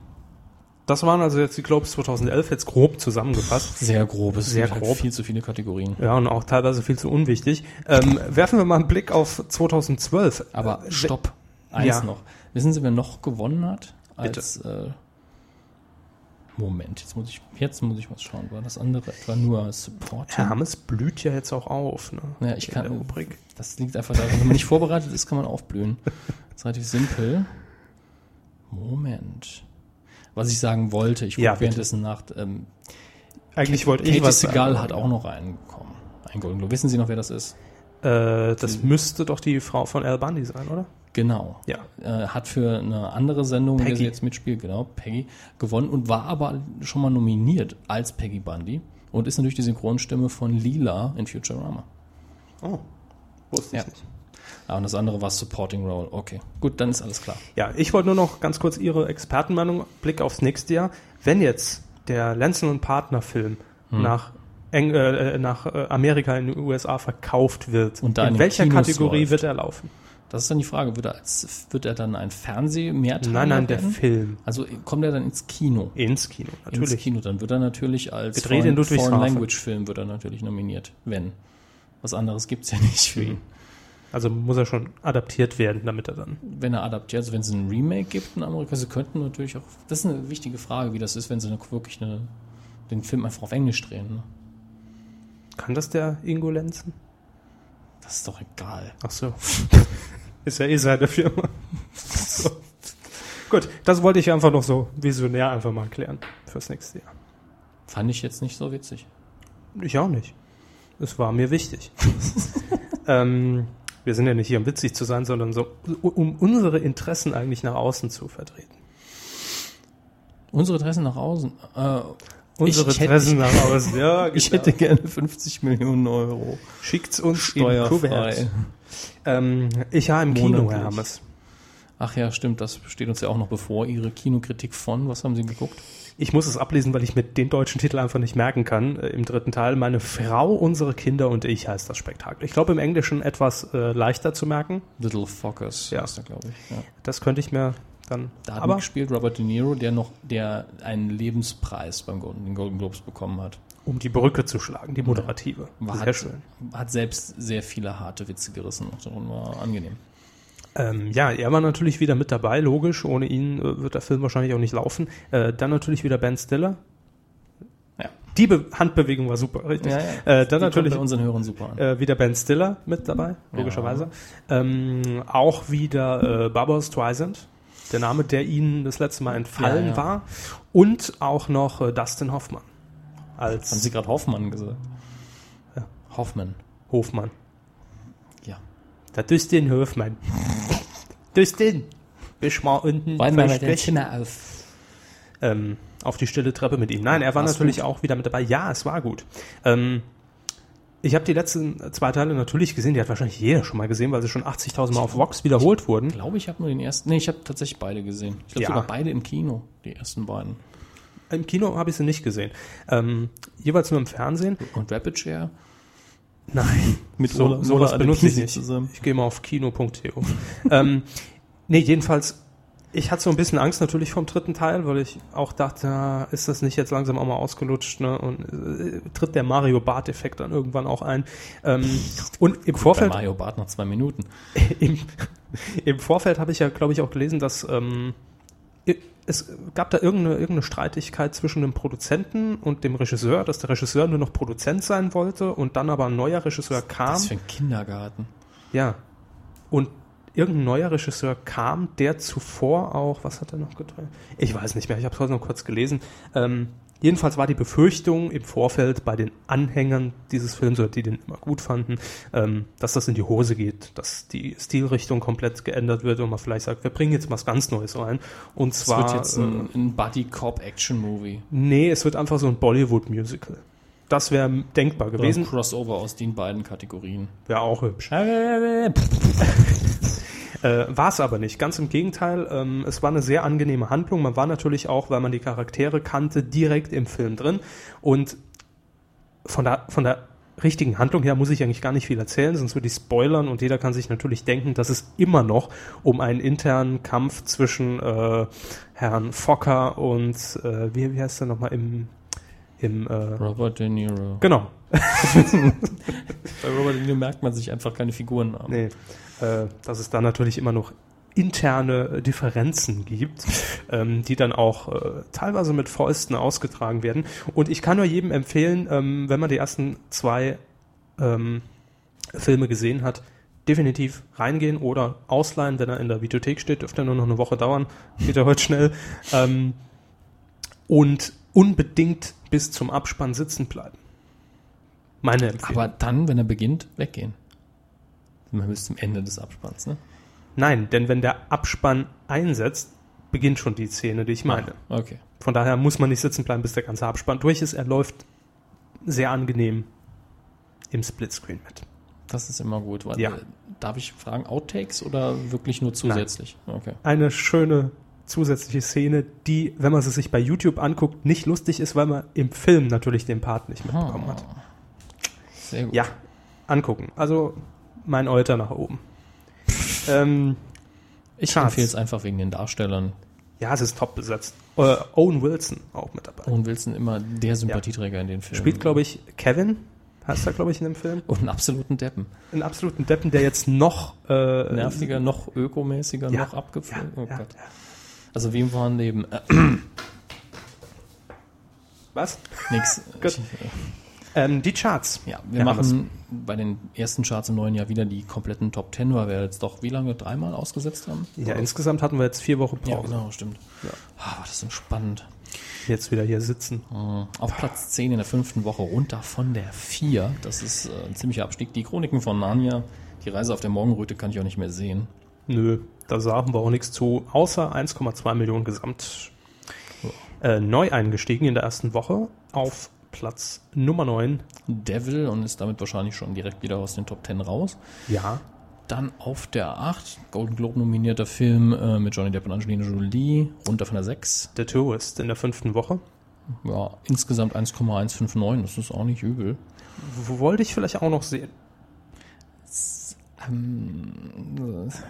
Das waren also jetzt die Globes 2011, jetzt grob zusammengefasst. Sehr grob. Es Sehr gibt grob. Halt viel zu viele Kategorien. Ja, und auch teilweise viel zu unwichtig. Ähm, werfen wir mal einen Blick auf 2012. Aber Äh, stopp. Eins ja. noch. Wissen Sie, wer noch gewonnen hat? Bitte. Als, äh, Moment, jetzt muss, ich, jetzt muss ich was schauen. War das andere etwa nur Support? Hermes blüht ja jetzt auch auf. Ne? Ja, ich In kann- der Rubrik. Das liegt einfach daran, wenn man nicht vorbereitet ist, kann man aufblühen. Das ist relativ simpel. Moment. Was ich sagen wollte, ich gucke Ja, bitte. währenddessen nach. Ähm, Eigentlich wollte ich Katie was Segal hat auch noch einen bekommen. Einen Golden Globe. Wissen Sie noch, wer das ist? sagen. Äh, das müsste doch die Frau von Al Bundy sein, oder? Genau. Ja. Äh, hat für eine andere Sendung, in der sie Peggy. jetzt mitspielt, genau, Peggy, gewonnen und war aber schon mal nominiert als Peggy Bundy und ist natürlich die Synchronstimme von Lila in Futurama. Oh, wusste ich Ja. nicht. Ah, und das andere war Supporting Role. Okay, gut, dann ist alles klar. Ja, ich wollte nur noch ganz kurz Ihre Expertenmeinung, Blick aufs nächste Jahr. Wenn jetzt der Lenzen und Partner Film Hm. nach, Eng, äh, äh, nach äh, Amerika in den USA verkauft wird, Und da in in den welcher Kinos Kategorie läuft. wird er laufen? Das ist dann die Frage, wird er, als, wird er dann ein Fernsehmehrteil Nein, nein, der werden? Film. Also kommt er dann ins Kino? Ins Kino, Ins natürlich. Kino, dann wird er natürlich als Gedreht in Ludwigshafen. Foreign Language Film wird er natürlich nominiert, wenn. Was anderes gibt's ja nicht Mhm. für ihn. Also muss er schon adaptiert werden, damit er dann. wenn er adaptiert, also wenn es ein Remake gibt in Amerika, sie könnten natürlich auch, das ist eine wichtige Frage, wie das ist, wenn sie eine, wirklich eine, den Film einfach auf Englisch drehen. Ne? Kann das der Ingo Lenzen? Das ist doch egal. Ach so. *laughs* Ist ja eh seine Firma. So. *laughs* Gut, das wollte ich einfach noch so visionär einfach mal klären fürs nächste Jahr. Fand ich jetzt nicht so witzig. Ich auch nicht. Es war mir wichtig. *laughs* ähm, wir sind ja nicht hier, um witzig zu sein, sondern so, um unsere Interessen eigentlich nach außen zu vertreten. Unsere Interessen nach außen. Äh, Unsere ich hätte- Interessen nach außen, ja, *laughs* genau. ich hätte gerne 50 Millionen Euro. Schickt's uns Steuerfrei. in Ähm, ich habe im Kino, Monatlich. Herr Hammes. Ach ja, stimmt, das steht uns ja auch noch bevor. Ihre Kinokritik von, was haben Sie geguckt? Ich muss es ablesen, weil ich mir den deutschen Titel einfach nicht merken kann. Äh, Im dritten Teil, meine Frau, unsere Kinder und ich heißt das Spektakel. Ich glaube, im Englischen etwas äh, leichter zu merken. Little Fockers, Ja. ist er, glaube ich. Ja. Das könnte ich mir dann... Da hat mitgespielt Robert De Niro, der noch, der einen Lebenspreis beim Golden, den Golden Globes bekommen hat. um die Brücke zu schlagen, die moderative. War Sehr hat, schön. hat selbst sehr viele harte Witze gerissen und darum war angenehm. Ähm, ja, er war natürlich wieder mit dabei, logisch. Ohne ihn äh, wird der Film wahrscheinlich auch nicht laufen. Äh, dann natürlich wieder Ben Stiller. Ja. Die Be Handbewegung war super, richtig. Ja, ja. Äh, dann Die kommt natürlich bei Mhm. unseren Hörern super an. äh, wieder Ben Stiller mit dabei, logischerweise. Ähm, auch wieder äh, Barbara Streisand, der Name, der ihnen das letzte Mal entfallen Ja, ja. war. Und auch noch äh, Dustin Hoffmann Haben als Sie gerade Hoffmann gesagt? Ja. Hoffmann. Hofmann. Ja. Der Dustin *laughs* Hofmann. Dustin, bist mal unten Räum mal dein versprechen. Zimmer auf. ähm, auf die stille Treppe mit ihm. Nein, er war War's natürlich gut? auch wieder mit dabei. Ja, es war gut. Ähm, ich habe die letzten zwei Teile natürlich gesehen. Die hat wahrscheinlich jeder schon mal gesehen, weil sie schon 80.000 Mal auf Vox wiederholt Ich wurden. glaube, ich habe nur den ersten. Nee, ich habe tatsächlich beide gesehen. Ich glaube Ja. sogar beide im Kino, die ersten beiden. Im Kino habe ich sie nicht gesehen. Ähm, jeweils nur im Fernsehen. Und Rapid Share Nein, mit so, Ola- sowas Ola benutze ich Adepisi nicht. zusammen. Ich gehe mal auf kino.eu. ähm, nee, jedenfalls, ich hatte so ein bisschen Angst natürlich vom dritten Teil, weil ich auch dachte, na, ist das nicht jetzt langsam auch mal ausgelutscht ne? und äh, tritt der Mario Bart-Effekt dann irgendwann auch ein. Ähm, und im bei Vorfeld, Mario Barth nach zwei Minuten. *laughs* im, im Vorfeld habe ich ja, glaube ich, auch gelesen, dass ähm, i- es gab da irgendeine, irgendeine Streitigkeit zwischen dem Produzenten und dem Regisseur, dass der Regisseur nur noch Produzent sein wollte und dann aber ein neuer Regisseur kam. Was für ein Kindergarten. Ja. Und irgendein neuer Regisseur kam, der zuvor auch, was hat er noch gedreht? Ich weiß nicht mehr, ich habe es heute noch kurz gelesen. Ähm, jedenfalls war die Befürchtung im Vorfeld bei den Anhängern dieses Films, oder die den immer gut fanden, ähm, dass das in die Hose geht, dass die Stilrichtung komplett geändert wird und man vielleicht sagt, wir bringen jetzt was ganz Neues rein. Und Das zwar, wird jetzt äh, ein, ein Buddy-Cop-Action-Movie. nee, es wird einfach so ein Bollywood-Musical. Das wäre denkbar Oder ein gewesen. Crossover aus den beiden Kategorien. Wäre auch hübsch. äh, Äh, war es aber nicht. Ganz im Gegenteil, ähm, es war eine sehr angenehme Handlung. Man war natürlich auch, weil man die Charaktere kannte, direkt im Film drin. Und von der, von der richtigen Handlung her muss ich eigentlich gar nicht viel erzählen, sonst würde ich spoilern und jeder kann sich natürlich denken, dass es immer noch um einen internen Kampf zwischen äh, Herrn Fokker und äh, wie, wie heißt er nochmal im, im äh, Robert De Niro. genau, Bei Robert De Niro merkt man sich einfach keine Figuren an. nee, äh, dass es da natürlich immer noch interne äh, Differenzen gibt, ähm, die dann auch äh, teilweise mit Fäusten ausgetragen werden. Und ich kann nur jedem empfehlen, ähm, wenn man die ersten zwei ähm, Filme gesehen hat, definitiv reingehen oder ausleihen, wenn er in der Videothek steht, dürfte er nur noch eine Woche dauern, *laughs* geht ja heute schnell. Ähm, und unbedingt bis zum Abspann sitzen bleiben. Meine Empfehlung. Aber dann, wenn er beginnt, weggehen. Man bis zum Ende des Abspanns, ne? Nein, denn wenn der Abspann einsetzt, beginnt schon die Szene, die ich meine. Okay. Von daher muss man nicht sitzen bleiben, bis der ganze Abspann durch ist. Er läuft sehr angenehm im Splitscreen mit. Das ist immer gut. Weil, Ja. äh, Darf ich fragen, Outtakes oder wirklich nur zusätzlich? Okay. Eine schöne zusätzliche Szene, die, wenn man sie sich bei YouTube anguckt, nicht lustig ist, weil man im Film natürlich den Part nicht mitbekommen hat. Sehr gut. Ja, angucken. Also mein Euter nach oben. ähm, ich Charts. empfehle es einfach wegen den Darstellern. ja, es ist top besetzt. Äh, Owen Wilson auch mit dabei. Owen Wilson immer der Sympathieträger in den Filmen. Spielt, glaube ich, Kevin, heißt er, glaube ich, in dem Film. Und einen absoluten Deppen. einen absoluten Deppen, der jetzt noch äh, Nerviger, noch ökomäßiger, Ja. noch abgefallen. Ja, oh ja, Gott. ja. Also wem waren neben *laughs* äh, Was? nix. äh, Gut. Ähm, die Charts. Ja, wir das- machen bei den ersten Charts im neuen Jahr wieder die kompletten Top Ten, weil wir jetzt doch wie lange dreimal ausgesetzt haben. Ja, insgesamt hatten wir jetzt vier Wochen Pause. Ja, genau, stimmt. Ah, war das denn spannend. Äh, Jetzt wieder hier sitzen. Auf Platz 10 in der fünften Woche runter von der 4. Das ist äh, ein ziemlicher Abstieg. Die Chroniken von Narnia, die Reise auf der Morgenröte kann ich auch nicht mehr sehen. Nö, da sagen wir auch nichts zu, außer 1,2 Millionen gesamt äh, neu eingestiegen in der ersten Woche auf Platz Nummer 9. Devil und ist damit wahrscheinlich schon direkt wieder aus den Top 10 raus. Ja. Dann auf der 8, Golden Globe nominierter Film äh, mit Johnny Depp und Angelina Jolie, runter von der 6. The Tourist in der fünften Woche. Ja, insgesamt 1,159, das ist auch nicht übel. W- Wollte ich vielleicht auch noch sehen.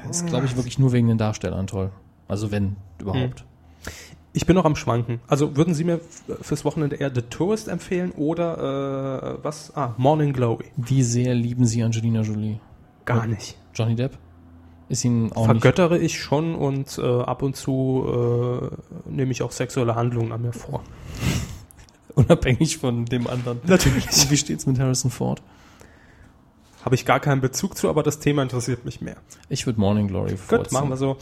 Ist, glaube ich, wirklich nur wegen den Darstellern toll. Also wenn, überhaupt. Hm. Ich bin noch am Schwanken. Also würden Sie mir f- fürs Wochenende eher The Tourist empfehlen oder äh, was? Ah, Morning Glory. Wie sehr lieben Sie Angelina Jolie? Gar nicht. Johnny Depp? Ist Ihnen auch nicht... vergöttere ich schon und äh, ab und zu äh, nehme ich auch sexuelle Handlungen an mir vor. Unabhängig von dem anderen. *laughs* Natürlich. Wie steht's mit Harrison Ford? Habe ich gar keinen Bezug zu, aber das Thema interessiert mich mehr. Ich würde Morning Glory Gut, machen wir so.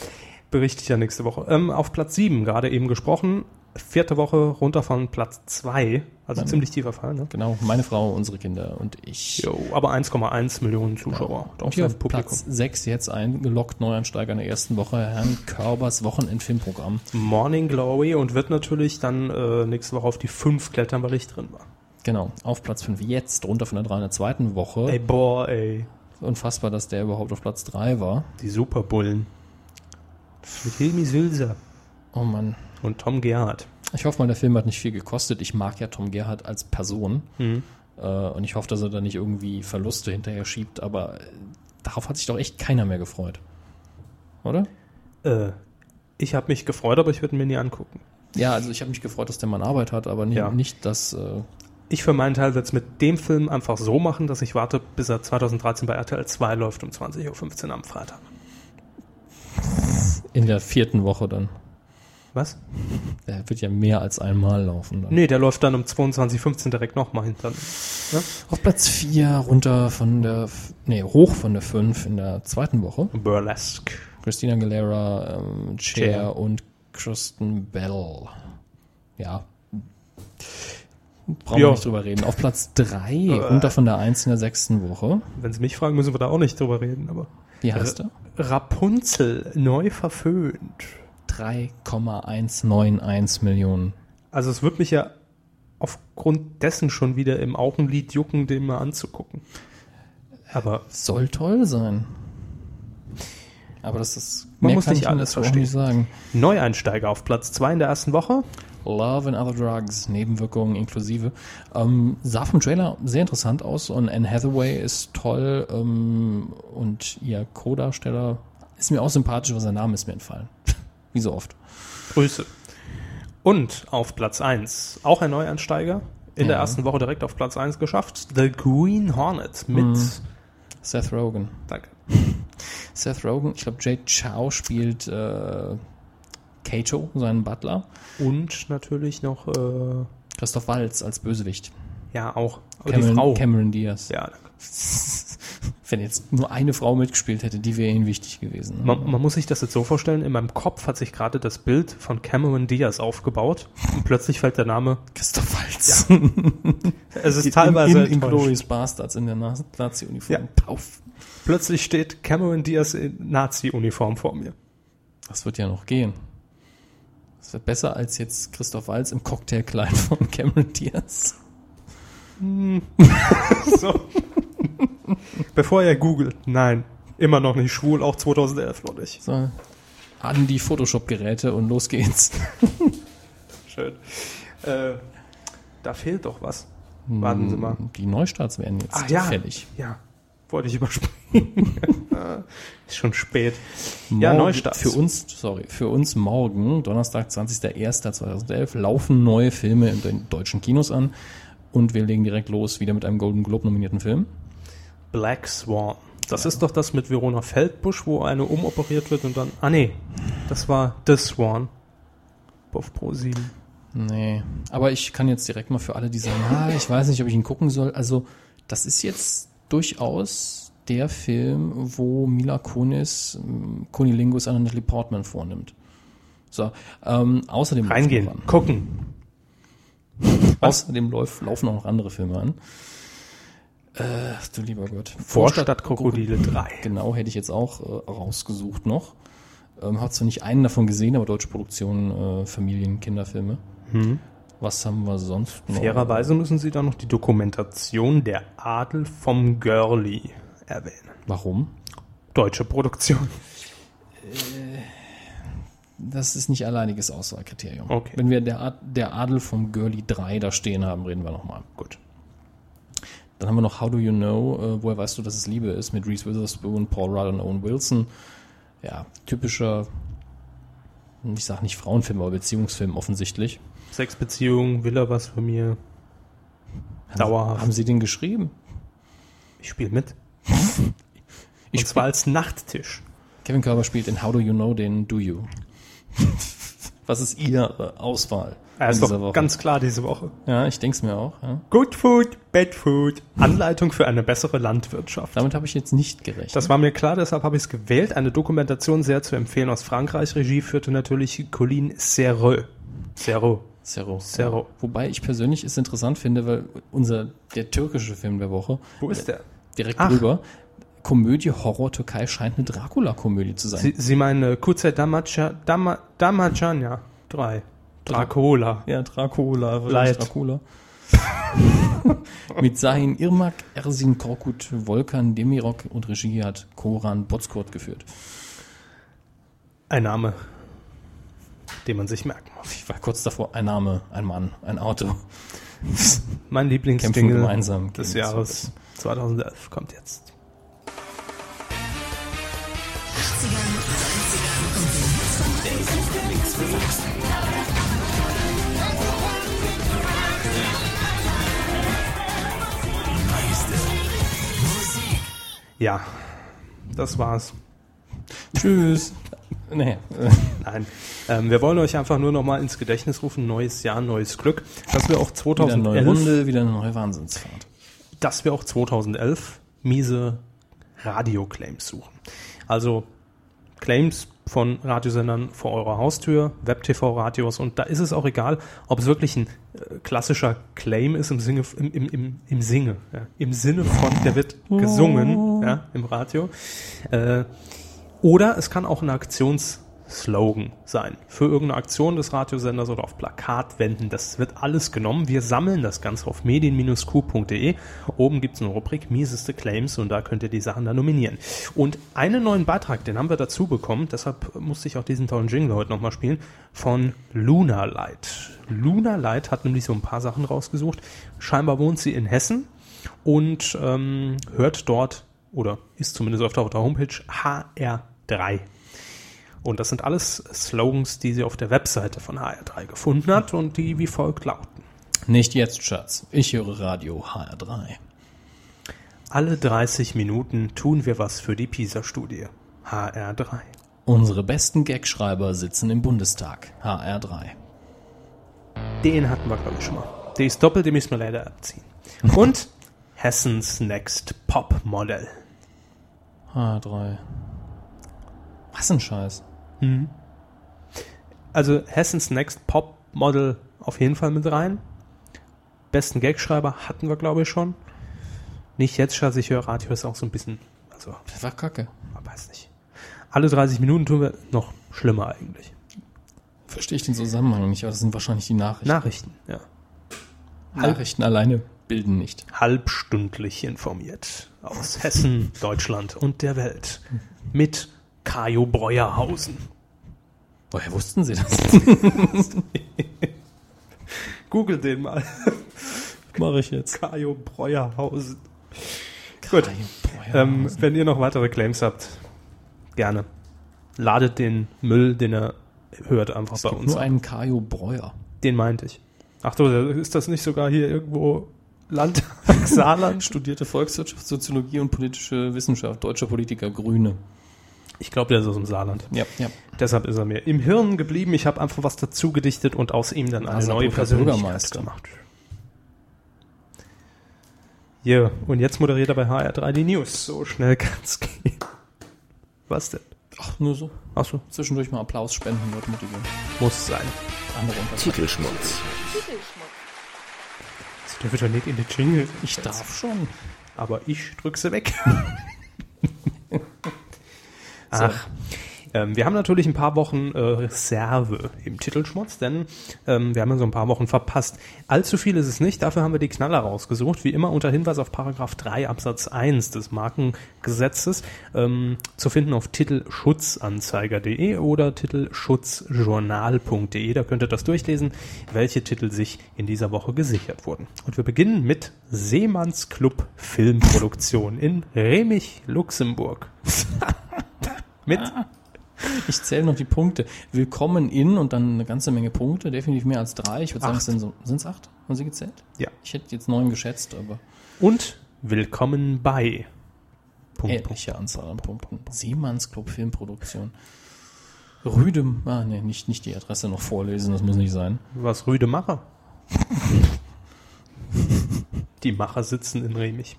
Berichte ich ja nächste Woche. Ähm, auf Platz 7 gerade eben gesprochen. Vierte Woche runter von Platz 2. Also Mann. ziemlich tiefer Fall, ne? Genau, meine Frau, unsere Kinder und ich. Jo, aber 1,1 Millionen Zuschauer. Doch, Und hier sein auf Platz 6 jetzt eingeloggt, Neuansteiger in der ersten Woche, Herrn Körbers Wochenendfilmprogramm. Morning Glory und wird natürlich dann äh, nächste Woche auf die 5 klettern, weil ich drin war. Genau, auf Platz 5 jetzt, runter von der 302. Woche. Ey, boah, ey. Unfassbar, dass der überhaupt auf Platz 3 war. Die Superbullen. Mit Hilmi Sülser Oh Mann. und Tom Gerhardt. Ich hoffe mal, der Film hat nicht viel gekostet. Ich mag ja Tom Gerhardt als Person. Mhm. Äh, und ich hoffe, dass er da nicht irgendwie Verluste hinterher schiebt. Aber äh, darauf hat sich doch echt keiner mehr gefreut. Oder? Äh, ich habe mich gefreut, aber ich würde mir nie angucken. Ja, also ich habe mich gefreut, dass der Mann Arbeit hat, aber nicht, Ja. nicht dass. Äh, Ich für meinen Teil werde es mit dem Film einfach so machen, dass ich warte, bis er 2013 bei RTL 2 läuft um 20.15 Uhr am Freitag. in der vierten Woche dann. Was? Der wird ja mehr als einmal laufen. Dann. Nee, der läuft dann um 22.15 Uhr direkt nochmal hinter. Auf Platz 4 runter von der. F- Nee, hoch von der 5 in der zweiten Woche. Burlesque. Christina Aguilera, ähm, Cher Cher. und Kristen Bell. Ja. Brauchen Ja. wir nicht drüber reden. Auf Platz *laughs* Äh. 3 runter von der 1 in der sechsten Woche. Wenn Sie mich fragen, müssen wir da auch nicht drüber reden, aber. Wie heißt er? Rapunzel, neu verföhnt. 3,191 Millionen. Also es wird mich ja aufgrund dessen schon wieder im Augenlid jucken, den mal anzugucken. Aber Soll toll sein. Aber das ist. Man mehr muss kann nicht ich Ihnen alles dazu auch verstehen. Nicht sagen. Neueinsteiger auf Platz 2 in der ersten Woche. Love and Other Drugs, Nebenwirkungen inklusive. Ähm, sah vom Trailer sehr interessant aus und Anne Hathaway ist toll ähm, und ihr Co-Darsteller ist mir auch sympathisch, aber sein Name ist mir entfallen. *laughs* Wie so oft. Grüße. Und auf Platz 1, auch ein Neuansteiger, in der Ja. ersten Woche direkt auf Platz 1 geschafft, The Green Hornet mit, Seth Rogen. danke, Seth Rogen, ich glaube, Jade Chow spielt äh, Kato, seinen Butler. und natürlich noch, äh, Christoph Walz als Bösewicht. ja auch, aber Cameron, Oh, die Frau. Cameron Diaz. Ja, Wenn jetzt nur eine Frau mitgespielt hätte, die wäre ihnen wichtig gewesen. ne? man, man muss sich das jetzt so vorstellen, in meinem Kopf hat sich gerade das Bild von Cameron Diaz aufgebaut und plötzlich fällt der Name, Christoph Walz. es ist Teilweise teilweise in, in enttäuschend. Glorious Bastards in der Nas- Nazi-Uniform. Ja. Pauf. Plötzlich steht Cameron Diaz in Nazi-Uniform vor mir. Das wird ja noch gehen. Das wird besser als jetzt Christoph Walz im Cocktailkleid *laughs* von Cameron Diaz. *laughs* So. Bevor er googelt, nein, immer noch nicht schwul, auch 2011 noch nicht. So. An die Photoshop-Geräte und los geht's. Schön. Äh, da fehlt doch was. Warten Sie mal. Die Neustarts werden jetzt Ach Ah, ja. fällig. Ja, wollte ich überspringen. *laughs* Ist schon spät. Ja, Morgen- Neustarts. Für uns, sorry, für uns morgen, Donnerstag, 20.01.2011, laufen neue Filme in den deutschen Kinos an. Und wir legen direkt los, wieder mit einem Golden Globe nominierten Film. Black Swan. Das ist doch das mit Verona Feldbusch, wo eine umoperiert wird und dann. Ah, nee. Das war The Swan. Auf Pro 7. Nee. Aber ich kann jetzt direkt mal für alle, die sagen, ah, ich weiß nicht, ob ich ihn gucken soll. Also, das ist jetzt durchaus der Film, wo Mila Kunis ähm, Kunilingus an Natalie Portman vornimmt. So, ähm, außerdem Reingehen, laufen noch gucken. an- Außerdem läuft, laufen auch noch andere Filme an. Äh, du lieber Gott. Vorstadtkrokodile 3. Genau, hätte ich jetzt auch äh, rausgesucht noch. Ähm, hab zwar nicht einen davon gesehen, aber deutsche Produktionen, äh, Familien, Kinderfilme. Was haben wir sonst noch? Fairerweise müssen Sie da noch die Dokumentation Der Adel vom Girlie erwähnen. Warum? Deutsche Produktion. Das ist nicht alleiniges Auswahlkriterium. Okay. Wenn wir der, Ad der Adel vom Girlie 3 da stehen haben, reden wir nochmal. Gut. Dann haben wir noch How Do You Know, äh, woher weißt du, dass es Liebe ist, mit Reese Witherspoon, Paul Rudd und Owen Wilson. Ja, typischer, ich sag nicht Frauenfilm, aber Beziehungsfilm offensichtlich. *laughs* Sexbeziehung, will er was von mir? Dauerhaft. Haben sie den geschrieben? Ich spiele mit. Ich Und zwar als Nachttisch. Kevin Körber spielt in How Do You Know den Do You. *laughs* Was ist Ihre Auswahl Er ist in doch Also, ganz klar diese Woche. ja, ich denke es mir auch. Ja. Good Food, Bad Food. Anleitung für eine bessere Landwirtschaft. Damit habe ich jetzt nicht gerechnet. Das war mir klar, deshalb habe ich es gewählt. Eine Dokumentation sehr zu empfehlen aus Frankreich. Regie führte natürlich Colin Serreux. Serreux. Zero. Zero. Wobei ich persönlich es interessant finde, weil unser der türkische Film der Woche Wo ist der? direkt Ach. drüber Komödie Horror Türkei scheint eine Dracula Komödie zu sein. Sie, Sie meinen äh, Kuzet Damajanya 3. Dracula. ja, Dracula, Leid. Dracula. *laughs* Mit Sahin Irmak, Ersin Korkut, Volkan Demirok und Regie hat Koran Bozkurt geführt. Ein Name, den man sich merken muss. Ich war kurz davor, ein Name, ein Mann, ein Auto. Mein Kämpfen Lieblingsdingle gemeinsam. gegen des das Jahres 2011 kommt jetzt. Ja, das war's. Tschüss. *laughs* Nee. äh, Nein, ähm, wir wollen euch einfach nur nochmal ins Gedächtnis rufen, neues Jahr, neues Glück, dass wir auch Wieder eine neue 2011 Runde, wieder eine neue Wahnsinnsfahrt. dass wir auch 2011 miese Radio-Claims suchen. Also Claims von Radiosendern vor eurer Haustür, Web-TV-Radios und da ist es auch egal, ob es wirklich ein äh, klassischer Claim ist im Sinne, im, im, im, im Singe, ja, im Sinne von, der wird gesungen ja, im Radio. Äh, oder es kann auch ein Aktionsslogan sein. Für irgendeine Aktion des Radiosenders oder auf Plakatwänden. Das wird alles genommen. Wir sammeln das Ganze auf medien-q.de. e. Oben gibt es eine Rubrik Mieseste Claims und da könnt ihr die Sachen dann nominieren. Und einen neuen Beitrag, den haben wir dazu bekommen. Deshalb musste ich auch diesen tollen Jingle heute nochmal spielen. Von Luna Light. Luna Light hat nämlich so ein paar Sachen rausgesucht. Scheinbar wohnt sie in Hessen und ähm, hört dort oder ist zumindest auf der, auf der Homepage HR3. Und das sind alles Slogans, die sie auf der Webseite von HR3 gefunden hat und die wie folgt lauten. Nicht jetzt, Schatz. Ich höre Radio HR3. Alle 30 Minuten tun wir was für die PISA-Studie. HR3. Unsere besten Gagschreiber sitzen im Bundestag. HR3. Den hatten wir, glaube ich, schon mal. Der ist doppelt, den müssen wir leider abziehen. Und Hessens Next Pop Model. HR3. Was ein Scheiß. Also Hessens Next Pop Model auf jeden Fall mit rein. Besten Gagschreiber hatten wir, glaube ich, schon. Nicht jetzt, Schatz, ich höre Radio ist auch so ein bisschen, also, Das war kacke. man weiß nicht. Alle 30 Minuten tun wir noch schlimmer eigentlich. Verstehe ich den Zusammenhang nicht, aber das sind wahrscheinlich die Nachrichten. Nachrichten, ja. Nachrichten alleine bilden nicht. halbstündlich informiert aus *laughs* Hessen, Deutschland und der Welt mit Kajo Breuerhausen. Woher wussten sie das? *laughs* Google den *laughs* mal, Mache ich jetzt. Kajo Breuerhausen. Gut, ähm, wenn ihr noch weitere Claims habt, gerne. Ladet den Müll, den er hört, einfach es bei gibt uns. nur ab. einen Kajo Breuer. Den meinte ich. Ach so, ist das nicht sogar hier irgendwo *laughs* Landtag *laughs* Saarland? Studierte Volkswirtschaft, Soziologie und politische Wissenschaft, deutscher Politiker, Grüne. Ich glaube, der ist aus dem Saarland. Ja, ja. Deshalb ist er mir im Hirn geblieben. Ich habe einfach was dazu gedichtet und aus ihm dann eine Saarbrücker neue Persönlichkeit Also Bürgermeister. gemacht. Ja, und jetzt moderiert er bei HR3 die News. So schnell *laughs* kann's gehen. Was denn? Ach, nur so. Achso, Zwischendurch mal Applaus spenden wird motivieren. muss sein. Andere Unterteilung. Titelschmutz. Sie dürfen doch nicht in die Jingle. Ich darf schon. Aber ich drück sie *laughs* weg. So. Ach. Ähm, wir haben natürlich ein paar Wochen äh, Reserve im Titelschmutz, denn ähm, wir haben ja so ein paar Wochen verpasst. Allzu viel ist es nicht, dafür haben wir die Knaller rausgesucht, wie immer unter Hinweis auf Paragraph 3 Absatz 1 des Markengesetzes, ähm, zu finden auf titelschutzanzeiger.de oder titelschutzjournal.de. Da könnt ihr das durchlesen, welche Titel sich in dieser Woche gesichert wurden. Und wir beginnen mit Seemannsclub Filmproduktion in Remich, Luxemburg. *laughs* mit Ich zähle noch die Punkte. Willkommen in und dann eine ganze Menge Punkte. Definitiv mehr als drei. Ich würde sagen, Acht. es sind so, sind's acht? Haben Sie gezählt? Ja. Ich hätte jetzt neun geschätzt, aber und willkommen bei. Punkt, Punkt. ähnliche Anzahl an Punkten. Seemannsclub Filmproduktion. Rüdem, ah nee, nicht, nicht die Adresse noch vorlesen, das muss nicht sein. Was Rüde Macher? *laughs* Die Macher sitzen in Remich.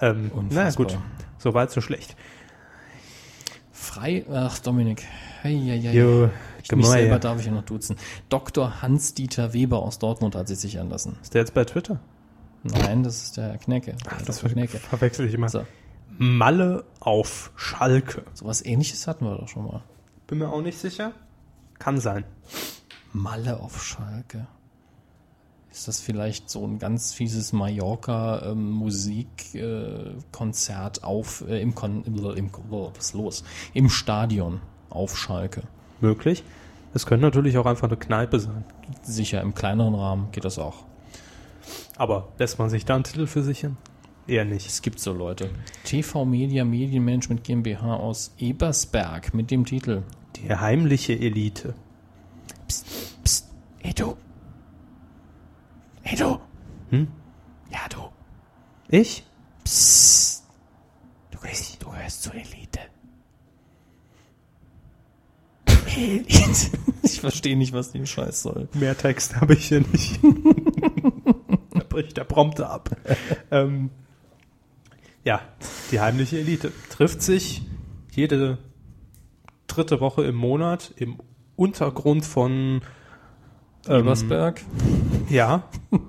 Ähm, na Unfassbar. gut, so weit, so schlecht. Frei, ach Dominik, hei, hei, hei. Jo, ich, mich gemein. selber darf ich ja noch duzen. Dr. Hans-Dieter Weber aus Dortmund hat sich sich anlassen. Ist der jetzt bei Twitter? Nein, das ist der Herr Knecke. Ah, Ach, Knecke. verwechsel ich immer. So, Malle auf Schalke. sowas ähnliches hatten wir doch schon mal. Bin mir auch nicht sicher. Kann sein. Malle auf Schalke. Ist das vielleicht so ein ganz fieses Mallorca-Musikkonzert auf äh, im, Kon im, im oh, was ist los? Im Stadion auf Schalke. Möglich. Es könnte natürlich auch einfach eine Kneipe sein. Sicher, im kleineren Rahmen geht das auch. Aber lässt man sich da einen Titel für sichern? Eher nicht. Es gibt so Leute. TV Media Medienmanagement GmbH aus Ebersberg mit dem Titel Die heimliche Elite. Psst, hey du. Hey du. Hm? Ja du. Ich? Psst. Du gehörst, du gehörst zur Elite. Elite. Ich verstehe nicht, was den Scheiß soll. Mehr Text habe ich hier nicht. *laughs* da bricht der Prompter *laughs* ab. ähm, ja, die heimliche Elite trifft sich jede dritte Woche im Monat im Untergrund von Ebersberg. ja *laughs*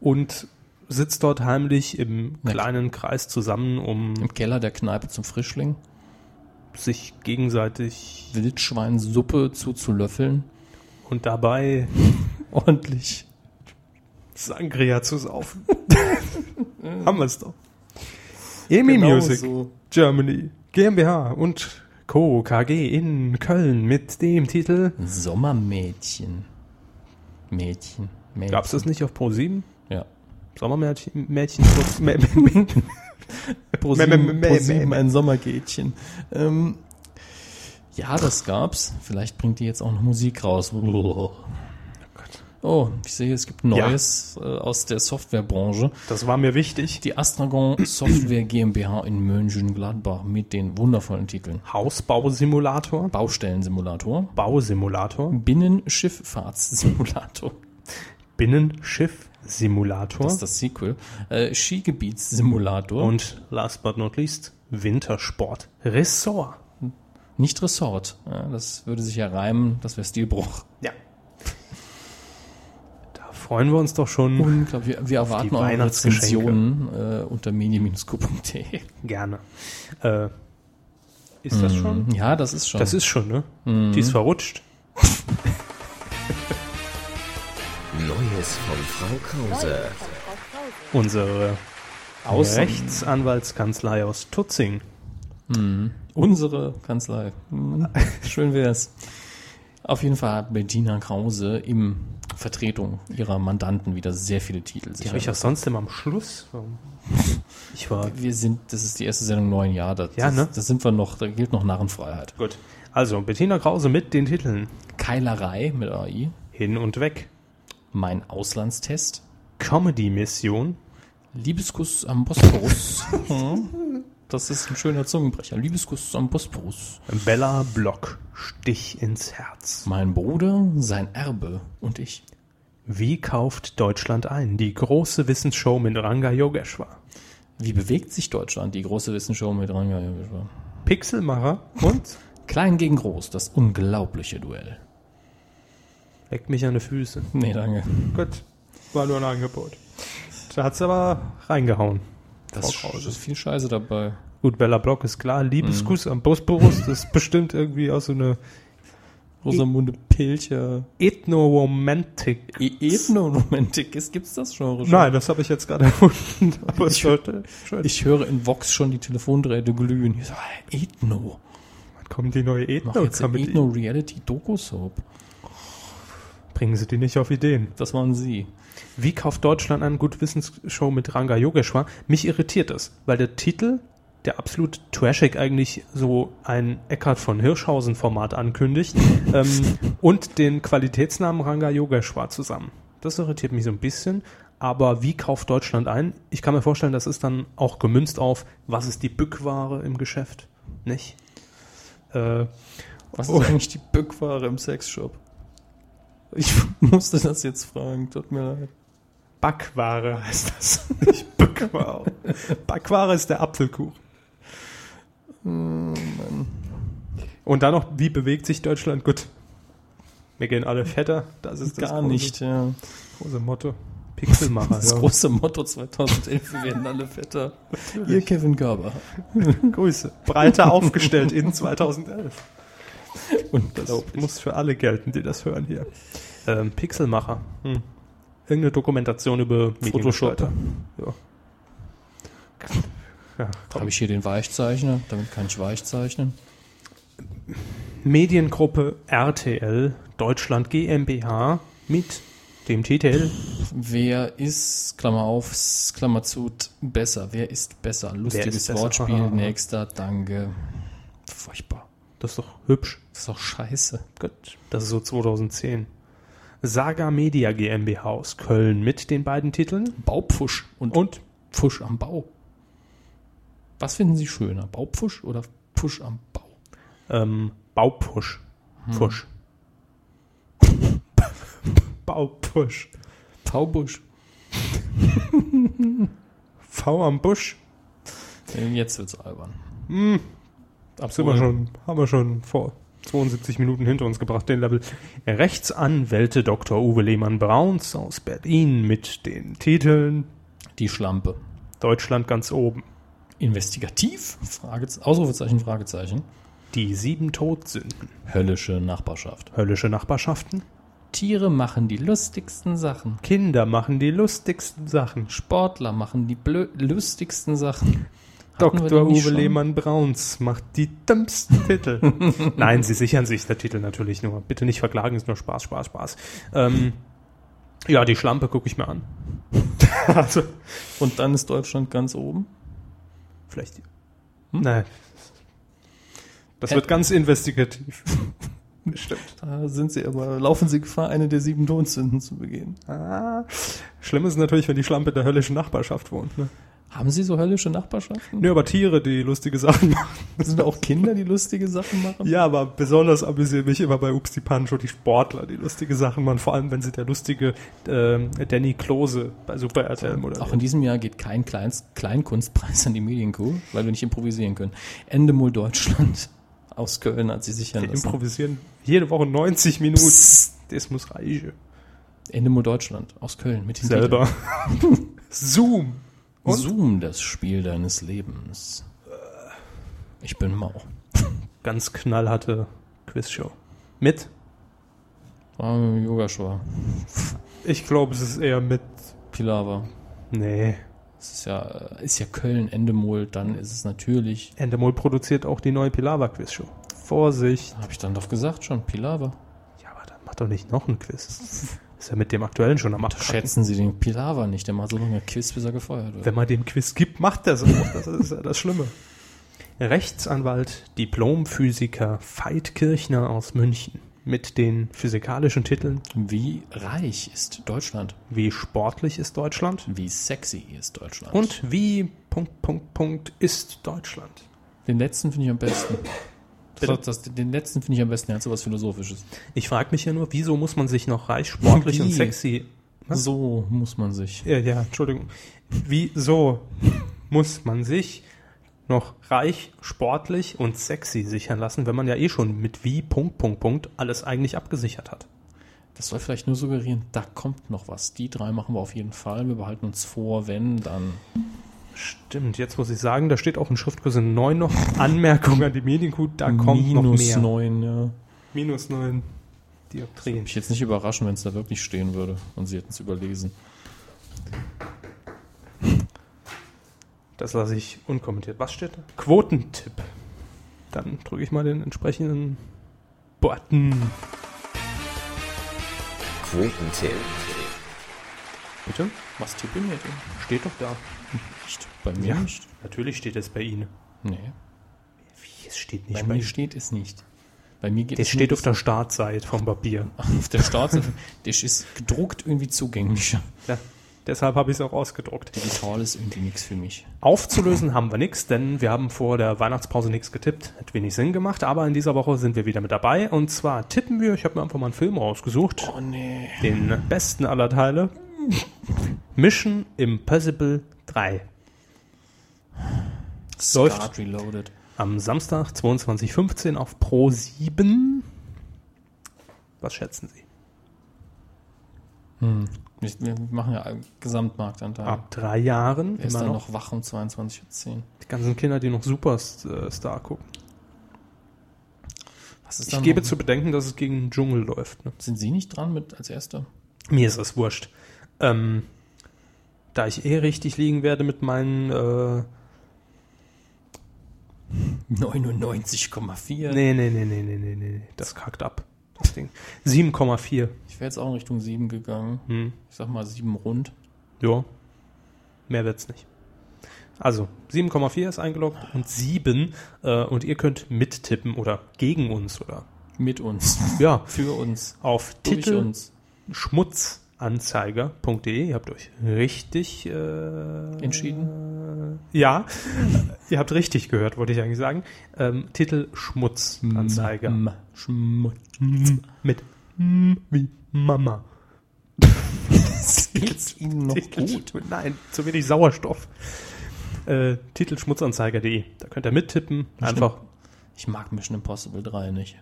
und sitzt dort heimlich im kleinen Kreis zusammen, um Im Keller der Kneipe zum Frischling. sich gegenseitig Wildschweinsuppe zuzulöffeln. und dabei *laughs* Ordentlich. Sangria zu *laughs* saufen. Haben wir es doch. EMI Genau Music so. Germany GmbH und Co. KG in Köln mit dem Titel. Sommermädchen. Mädchen. Mädchen. Gab's das nicht auf Pro7? Ja. Sommermärchen, Märchen, Mädchen, Pro Mä- mä- mä- sieben, pro mä- sieben mä- ein Sommergätchen. Ähm, Ja, das gab's. Vielleicht bringt die jetzt auch noch Musik raus. Oh, ich sehe, es gibt Neues äh, aus der Softwarebranche. Das war mir wichtig. Die Astragon Software GmbH in Mönchengladbach mit den wundervollen Titeln Hausbausimulator, Baustellensimulator, Bausimulator, Binnenschifffahrtssimulator, *laughs* Binnenschiffsimulator das ist das Sequel, äh, Skigebietssimulator und last but not least Wintersport Ressort. nicht Ressort. Ja, das würde sich ja reimen, das wäre Stilbruch. Ja. Da freuen wir uns doch schon Unglaublich. Wir erwarten auch Weihnachtsgeschenke. Rezensionen äh, unter media-q.de. gerne. Äh, ist das schon? Ja, das ist schon. Hm. Das ist schon, ne? Die ist verrutscht. Neues von Frau Krause. Unsere Außen- Rechtsanwaltskanzlei aus Tutzing. Unsere Kanzlei. Hm, Schön wär's. Auf jeden Fall hat Bettina Krause im Vertretung ihrer Mandanten wieder sehr viele Titel. Die habe ich auch sonst immer am Schluss. Ich war wir sind, das ist die erste Sendung im neuen Jahr. Das, Ja, ne? das, das sind wir noch, da gilt noch Narrenfreiheit. gut. Also Bettina Krause mit den Titeln Keilerei mit AI, Hin und Weg, mein Auslandstest, Comedy Mission, Liebeskuss am Bosporus. Hm, *laughs* das ist ein schöner Zungenbrecher. Liebeskuss am Bosporus. Bella Block, Stich ins Herz. Mein Bruder, sein Erbe und ich. Wie kauft Deutschland ein? Die große Wissensshow mit Ranga Yogeshwar. Wie bewegt sich Deutschland? Die große Wissenschaft mit Ranga. Pixelmacher und Klein gegen Groß, das unglaubliche Duell. leckt mich an die Füße. Nee, danke. Gut, war nur ein Angebot. Da hat's aber reingehauen. Das Frau Krause. ist viel Scheiße dabei. Gut, Bella Block ist klar. Liebeskuss am Bosporus, das ist bestimmt irgendwie aus so einer Rosamunde Pilcher. Ethno-Romantik. Ethno-Romantik, ist- E- *laughs* gibt's das Genre schon? Nein, das habe ich jetzt *laughs* gerade erfunden. Aber es sollte. Schön. Ich höre in Vox schon die Telefondrähte glühen. Ich so, ah, Ethno. Kommt die neue Mach jetzt eine Ethno-Comedy? Ethno-Reality-Doku-Soap. Bringen sie die nicht auf Ideen. Das waren sie. Wie kauft Deutschland eine Gutwissensshow mit Ranga Yogeshwar? Mich irritiert das, weil der Titel, der absolut trashig eigentlich so ein Eckhard von Hirschhausen Format ankündigt, ähm, und den Qualitätsnamen Ranga Yogeshwar zusammen. Das irritiert mich so ein bisschen. Aber wie kauft Deutschland ein? Ich kann mir vorstellen, das ist dann auch gemünzt auf, was ist die Bückware im Geschäft? Nicht? Äh, Was Oh. ist eigentlich die Bückware im Sexshop? Ich *laughs* musste das jetzt fragen, tut mir leid. Backware heißt das. *laughs* Nicht Bückware. Backware ist der Apfelkuchen. Hm, Und dann noch, wie bewegt sich Deutschland? Gut. Wir gehen alle fetter. Das ist das Gar große, nicht, ja. große Motto. Pixelmacher. Das große Motto 2011, wir werden alle fetter. Ihr Kevin Körber. Grüße. Breiter aufgestellt in 2011. Und Das muss für alle gelten, die das hören hier. Ähm, Pixelmacher. Hm. Irgendeine Dokumentation über Photoshop. Mediengestalter. Ja. Ja, komm. Habe ich hier den Weichzeichner? Damit kann ich weichzeichnen. Mediengruppe RTL Deutschland GmbH mit dem Titel Wer ist, Klammer auf, s- Klammer zu, t- besser? Wer ist besser? Lustiges ist besser? Wortspiel, Hahaha. nächster, danke. Furchtbar. Das ist doch hübsch. Das ist doch scheiße. Gut. Das ist so 2010. Saga Media GmbH aus Köln mit den beiden Titeln Baupfusch und, und Pfusch am Bau. Was finden Sie schöner? Baupfusch oder Pfusch am Bau? ähm, Baupush. Push. Baupush. Taubusch. V am Busch. Ähm, Jetzt wird's albern. Hm. Sind wir schon, haben wir schon vor 72 Minuten hinter uns gebracht, den Level. Rechtsanwälte Dr. Uwe Lehmann-Brauns aus Berlin mit den Titeln Die Schlampe. Deutschland ganz oben. Investigativ? Fragez Ausrufezeichen, Fragezeichen. Die sieben Todsünden. Höllische Nachbarschaft. Höllische Nachbarschaften. Tiere machen die lustigsten Sachen. Kinder machen die lustigsten Sachen. Sportler machen die blö lustigsten Sachen. Hatten wir Dr. die nicht Uwe schon? Lehmann-Brauns macht die *laughs* dümmsten Titel. Nein, sie sichern sich der Titel natürlich nur. Bitte nicht verklagen, ist nur Spaß, Spaß, Spaß. Ähm, ja, die Schlampe gucke ich mir an. also, Und dann ist Deutschland ganz oben. vielleicht. Nein, Das wird ganz investigativ. *laughs* Stimmt. Da sind sie aber, laufen sie Gefahr, eine der sieben Todsünden zu begehen. Ah. Schlimm ist natürlich, wenn die Schlampe in der höllischen Nachbarschaft wohnt. Ne? Haben sie so höllische Nachbarschaften? Nö, aber Tiere, die lustige Sachen machen. Sind da auch Kinder, die lustige Sachen machen? Ja, aber besonders amüsieren mich immer bei Upsi Pancho die Sportler, die lustige Sachen machen. Vor allem, wenn sie der lustige ähm, Danny Klose bei Super RTL moderiert. Auch in diesem Jahr geht kein Kleins Kleinkunstpreis an die Medienkuh, weil wir nicht improvisieren können. Ende Mul Deutschland aus Köln hat sie sichern Die lassen. improvisieren jede Woche 90 Minuten. Das muss reichen. Ende Mul Deutschland aus Köln mit dem Selber. *laughs* Zoom. Titel. Zoom, das Spiel deines Lebens. Ich bin mau. Ganz knallharte Quizshow. Mit? Ähm, Yogashwar, Ich glaube, es ist eher mit. Pilawa. Nee. Es ist ja, äh, ist ja Köln, Endemol, dann ist es natürlich. Endemol produziert auch die neue Pilava-Quizshow. Vorsicht. Habe ich dann doch gesagt schon, Pilawa. Ja, aber dann mach doch nicht noch einen *laughs* Quiz. Ist ja mit dem aktuellen schon am Abschluss. Schätzen Sie den Pilawa nicht, der macht so lange Quiz, bis er gefeuert wird. Wenn man dem Quiz gibt, macht er es auch. Das ist ja das Schlimme. Rechtsanwalt, Diplomphysiker Veit Kirchner aus München mit den physikalischen Titeln Wie reich ist Deutschland? Wie sportlich ist Deutschland? Wie sexy ist Deutschland? Und wie Punkt, Punkt, Punkt ist Deutschland? Den letzten finde ich am besten. Das, Bitte? hat- das, den letzten finde ich am besten, der hat so was Philosophisches. Ich frage mich ja nur, wieso muss man sich noch reich, sportlich und Wie? sexy... Was? So muss man sich. Ja, ja, Entschuldigung. Wieso muss man sich noch reich, sportlich und sexy sichern lassen, wenn man ja eh schon mit wie Punkt, Punkt, Punkt alles eigentlich abgesichert hat? Das soll vielleicht nur suggerieren, da kommt noch was. Die drei machen wir auf jeden Fall. Wir behalten uns vor, wenn, dann. Stimmt, jetzt muss ich sagen, da steht auch in Schriftgröße 9 noch Anmerkung an die Medienkuh, da kommt noch minus mehr. neun, ja. Minus 9 Dioptrien. Mich jetzt nicht überraschen, wenn es da wirklich stehen würde und sie hätten es überlesen. Das lasse ich unkommentiert. Was steht da? Quotentipp. Dann drücke ich mal den entsprechenden Button. Quotentipp. Bitte? Was tippen wir denn? Steht doch da. Nicht. Bei mir nicht? Natürlich steht es bei Ihnen. Nee. Wie, es steht Bei nicht mir steht es nicht. Bei mir geht Der es nur *laughs* steht bis auf der Startseite vom Papier. auf der Startseite. der ist gedruckt irgendwie zugänglicher. Ja, deshalb habe ich es auch ausgedruckt. Digital ist irgendwie nichts für mich. Aufzulösen haben wir nichts, denn wir haben vor der Weihnachtspause nichts getippt. Hat wenig Sinn gemacht, aber in dieser Woche sind wir wieder mit dabei. Und zwar tippen wir, ich habe mir einfach mal einen Film rausgesucht, Oh nee. den besten aller Teile. Mission Impossible 3. Läuft. Start Reloaded. Am Samstag 22.15 auf Pro 7. Was schätzen Sie? Wir, wir machen ja Gesamtmarktanteil. Ab drei Jahren Wer ist Ah, immer dann noch noch wach um 22.10 Uhr? die ganzen Kinder, die noch Superstar gucken. Was ist Ich dann gebe noch, zu bedenken, dass es gegen den Dschungel läuft. Ne? Sind Sie nicht dran mit als Erster? Mir ist es wurscht. Ähm, da ich eh richtig liegen werde mit meinen. Äh, 99,4. nee, nee, nee, nee, nee, nee, nee. Das kackt ab. Das Ding. 7,4. Ich wäre jetzt auch in Richtung 7 gegangen. Hm. Ich sag mal 7 rund. Ja. Mehr wird's nicht. Also, 7,4 ist eingeloggt und 7. Äh, und ihr könnt mittippen oder gegen uns oder. Mit uns. *laughs* Ja. Für uns. Auf Durch Titel uns. schmutzanzeiger.de. Ihr habt euch richtig äh, Entschieden. Ja, ihr habt richtig gehört, wollte ich eigentlich sagen. Ähm, Titel Schmutzanzeiger. M- Schmutz. Mit M wie Mama. *laughs* Geht's Ihnen noch gut? Nein, zu wenig Sauerstoff. Äh, Titel Schmutzanzeiger.de. Da könnt ihr mittippen. Einfach Ich mag Mission Impossible 3 nicht.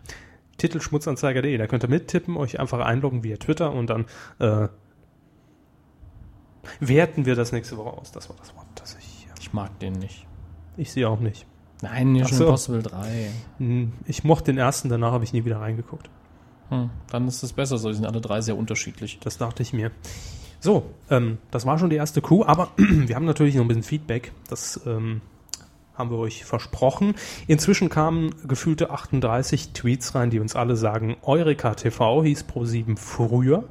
Titel Schmutzanzeiger.de. Da könnt ihr mittippen, euch einfach einloggen via Twitter und dann äh, werten wir das nächste Woche aus. Das war das Wort, das ich. Ich mag den nicht. Ich sehe auch nicht. Nein, Mission Ach so. Impossible 3. Hm, Ich mochte den ersten, danach habe ich nie wieder reingeguckt. Hm, dann ist es besser so. Die sind alle drei sehr unterschiedlich. Das dachte ich mir. So, ähm, das war schon die erste Crew, aber *clears throat* wir haben natürlich noch ein bisschen Feedback. Das ähm, haben wir euch versprochen. Inzwischen kamen gefühlte 38 Tweets rein, die uns alle sagen, Eureka TV hieß Pro7 früher.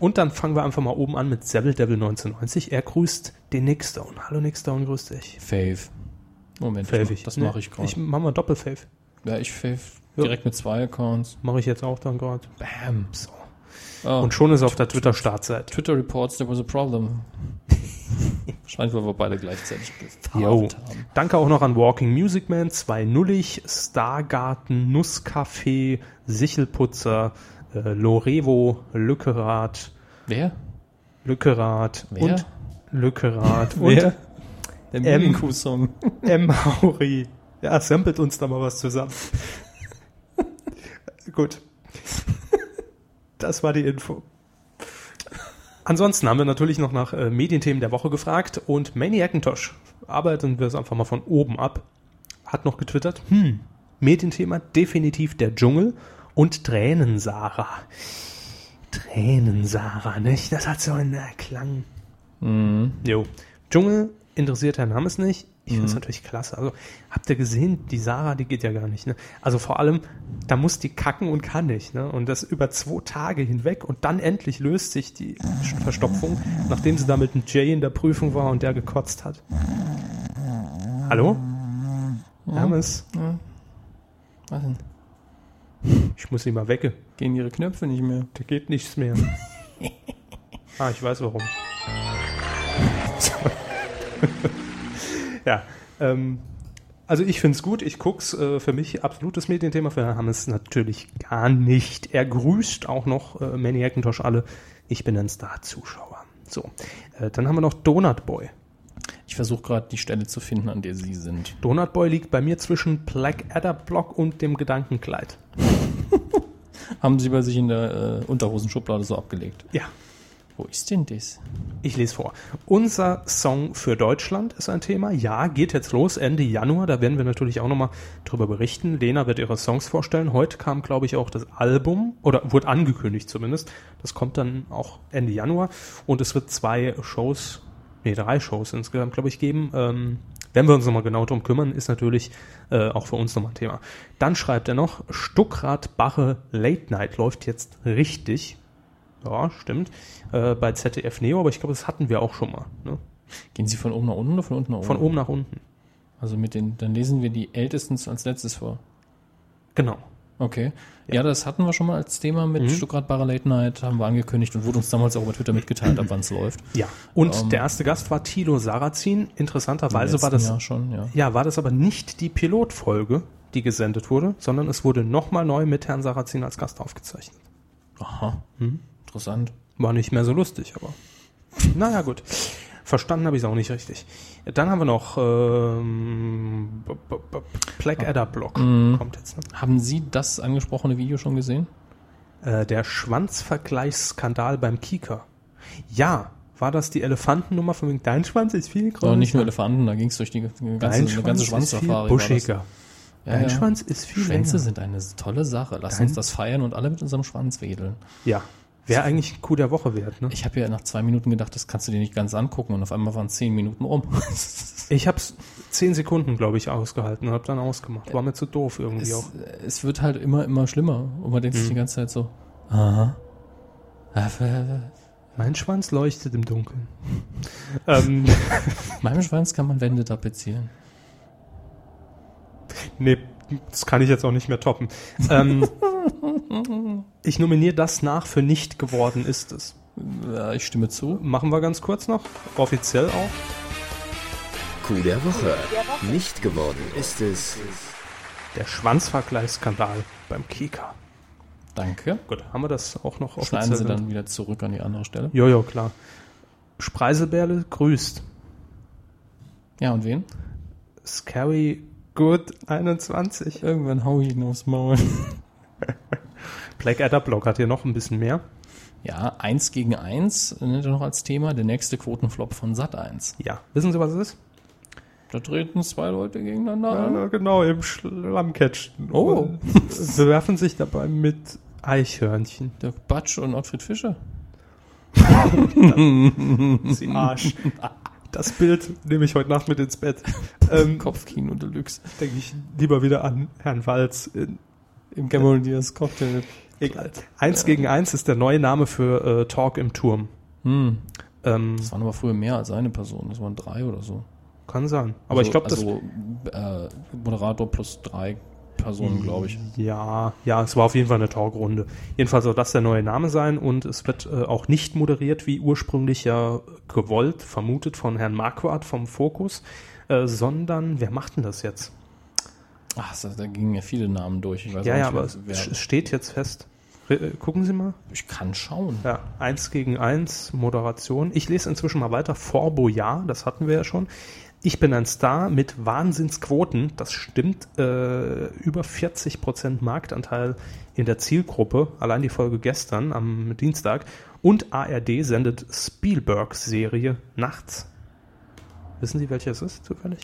Und dann fangen wir einfach mal oben an mit Seville Devil 1990. Er grüßt den Nickstone. Hallo Nickstone, grüß dich. Fave. Moment, ich mach- das Nee, mache ich gerade. Ich mache mal Doppelfave. Ja, ich pfiff Ja. direkt mit zwei Accounts. Mache ich jetzt auch dann gerade. Bam. So. Ah, Und schon ist er auf der Twitter-Startseite. Twitter reports there was a *laughs* problem. Wahrscheinlich, weil wir beide gleichzeitig Jo. gefarmt haben. Danke auch noch an Walking Music Man, 2.0, Stargarten, Nusscafé, Sichelputzer, äh, Lorevo, Lückerath, Wer? Lückerath Wer? und Lückerath und Wer? Der Ähm. Miminku-Song. *laughs* M. Hauri. Ja, samplet uns da mal was zusammen. *laughs* Gut. Das war die Info. Ansonsten haben wir natürlich noch nach äh, Medienthemen der Woche gefragt und Maniacintosh, arbeiten wir es einfach mal von oben ab, hat noch getwittert, hm, Medienthema definitiv der Dschungel und Tränen-Sarah. Tränen-Sarah, nicht? Das hat so einen äh, Klang. Jo. Dschungel interessiert Herrn Hammes nicht. Ich Mhm. finde es natürlich klasse. Also, habt ihr gesehen, die Sarah, die geht ja gar nicht. Ne? Also vor allem, da muss die kacken und kann nicht. Ne? Und das über zwei Tage hinweg. Und dann endlich löst sich die Verstopfung, nachdem sie da mit dem Jay in der Prüfung war und der gekotzt hat. Hallo? Hermes, Was denn? ich muss ihn mal wecke. Gehen ihre Knöpfe nicht mehr. Da geht nichts mehr. ah, ich weiß warum. ja, ähm, also ich find's gut, ich guck's. Äh, für mich absolutes Medienthema, für Herrn Hammes natürlich gar nicht. Er grüßt auch noch äh, Manny Hackintosh alle. Ich bin ein Star-Zuschauer. So, äh, dann haben wir noch Donut Boy. Ich versuche gerade die Stelle zu finden, an der sie sind. Donut Boy liegt bei mir zwischen Black Adder Block und dem Gedankenkleid. Haben sie bei sich in der äh, Unterhosenschublade so abgelegt. Ja, Wo ist denn das? Ich lese vor. Unser Song für Deutschland ist ein Thema. Ja, geht jetzt los Ende Januar. Da werden wir natürlich auch nochmal drüber berichten. Lena wird ihre Songs vorstellen. Heute kam, glaube ich, auch das Album oder wurde angekündigt zumindest. Das kommt dann auch Ende Januar. Und es wird zwei Shows, nee, drei Shows insgesamt, glaube ich, geben. Ähm, wenn wir uns nochmal genau drum kümmern, ist natürlich äh, auch für uns nochmal ein Thema. Dann schreibt er noch, Stuckrad Bache Late Night läuft jetzt richtig. Ja, stimmt. Äh, bei ZDF Neo, aber ich glaube, das hatten wir auch schon mal. Ne? Gehen sie von oben nach unten oder von unten nach oben? Von oben nach unten. Also mit den, dann lesen wir die ältestens als letztes vor. Genau. Okay. Ja, das hatten wir schon mal als Thema Mhm. mit Stuttgart Barre Late Night, haben wir angekündigt und wurde uns damals auch über Twitter mitgeteilt, ab wann es läuft. Ja. Und der erste Gast war Thilo Sarrazin. Interessanterweise Also war das, ja schon, ja. ja, war das aber nicht die Pilotfolge, die gesendet wurde, sondern es wurde nochmal neu mit Herrn Sarrazin als Gast aufgezeichnet. Aha. Mhm. Interessant. War nicht mehr so lustig, aber. Naja, gut. Verstanden habe ich es auch nicht richtig. Dann haben wir noch ähm, B- B- B- Black Adder Block. Kommt jetzt. Ne? Haben Sie das angesprochene Video schon gesehen? Äh, der Schwanzvergleichsskandal beim Kika. Ja, war das die Elefantennummer von wegen dein Schwanz ist viel größer? Oder nicht nur Elefanten, da ging es durch die ganze, dein eine ganze ist viel Schwanzsafari. war das. buschiger. Ja, Dein ja. Schwanz ist viel Schwänze länger. sind eine tolle Sache. Lass Dein- uns das feiern und alle mit unserem Schwanz wedeln. Ja, wäre eigentlich ein Coup der Woche wert. Ne? Ich habe ja nach zwei Minuten gedacht, das kannst du dir nicht ganz angucken und auf einmal waren zehn Minuten um. rum. Ich habe es zehn Sekunden, glaube ich, ausgehalten und habe dann ausgemacht. War mir zu doof irgendwie es, auch. es wird halt immer, immer schlimmer. Und man denkt sich die ganze Zeit so, aha. Mein Schwanz leuchtet im Dunkeln. *laughs* ähm, Meinem Schwanz kann man Wände tapezieren. nee, das kann ich jetzt auch nicht mehr toppen. *laughs* Ähm, ich nominiere das nach für nicht geworden ist es. Ja, ich stimme zu. Machen wir ganz kurz noch, offiziell auch. Coup der Woche. Nicht geworden ist es Der Schwanzvergleichsskandal beim Kika. Danke. Gut, haben wir das auch noch Schneiden Sie dann wieder zurück an die andere Stelle. Jojo, klar. Spreiselbärle grüßt. Ja, und wen? Scary Good 21. Irgendwann hau ich ihn aufs Maul. Black Adder Block hat hier noch ein bisschen mehr. Ja, eins gegen eins nennt er noch als Thema. Der nächste Quotenflop von Sat 1. Ja. Wissen Sie, was es ist? Da treten zwei Leute gegeneinander an. genau, im Schlammcatch. Oh. Und *laughs* Bewerfen sich dabei mit Eichhörnchen. Dirk Batsch und Ottfried Fischer. *laughs* Sie Arsch. Das Bild nehme ich heute Nacht mit ins *laughs* Bett. Ähm, Kopfkino Deluxe. Denke ich lieber wieder an Herrn Walz in Im Cameron Diaz Cocktail. Egal. Eins gegen eins ist der neue Name für äh, Talk im Turm. Hm. Ähm, Das waren aber früher mehr als eine Person. Das waren drei oder so. kann sein. Aber ich glaube, also, äh, Moderator also, plus drei Personen, Mhm. glaube ich. Ja, ja, es war auf jeden Fall eine Talkrunde. Jedenfalls soll das der neue Name sein und es wird äh, auch nicht moderiert, wie ursprünglich ja gewollt, vermutet von Herrn Marquardt vom Fokus, äh, sondern wer macht denn das jetzt? Ach, so, da gingen ja viele Namen durch. Ich weiß Ja, auch ja, nicht, aber wer- es wer, es steht jetzt fest. Re- äh, Gucken Sie mal. Ich kann schauen. Ja, eins gegen eins, Moderation. Ich lese inzwischen mal weiter. Forbo ja, das hatten wir ja schon. Ich bin ein Star mit Wahnsinnsquoten. Das stimmt. Äh, über 40% Marktanteil in der Zielgruppe. Allein die Folge gestern am Dienstag. Und ARD sendet Spielberg-Serie nachts. Wissen Sie, welche es ist, zufällig?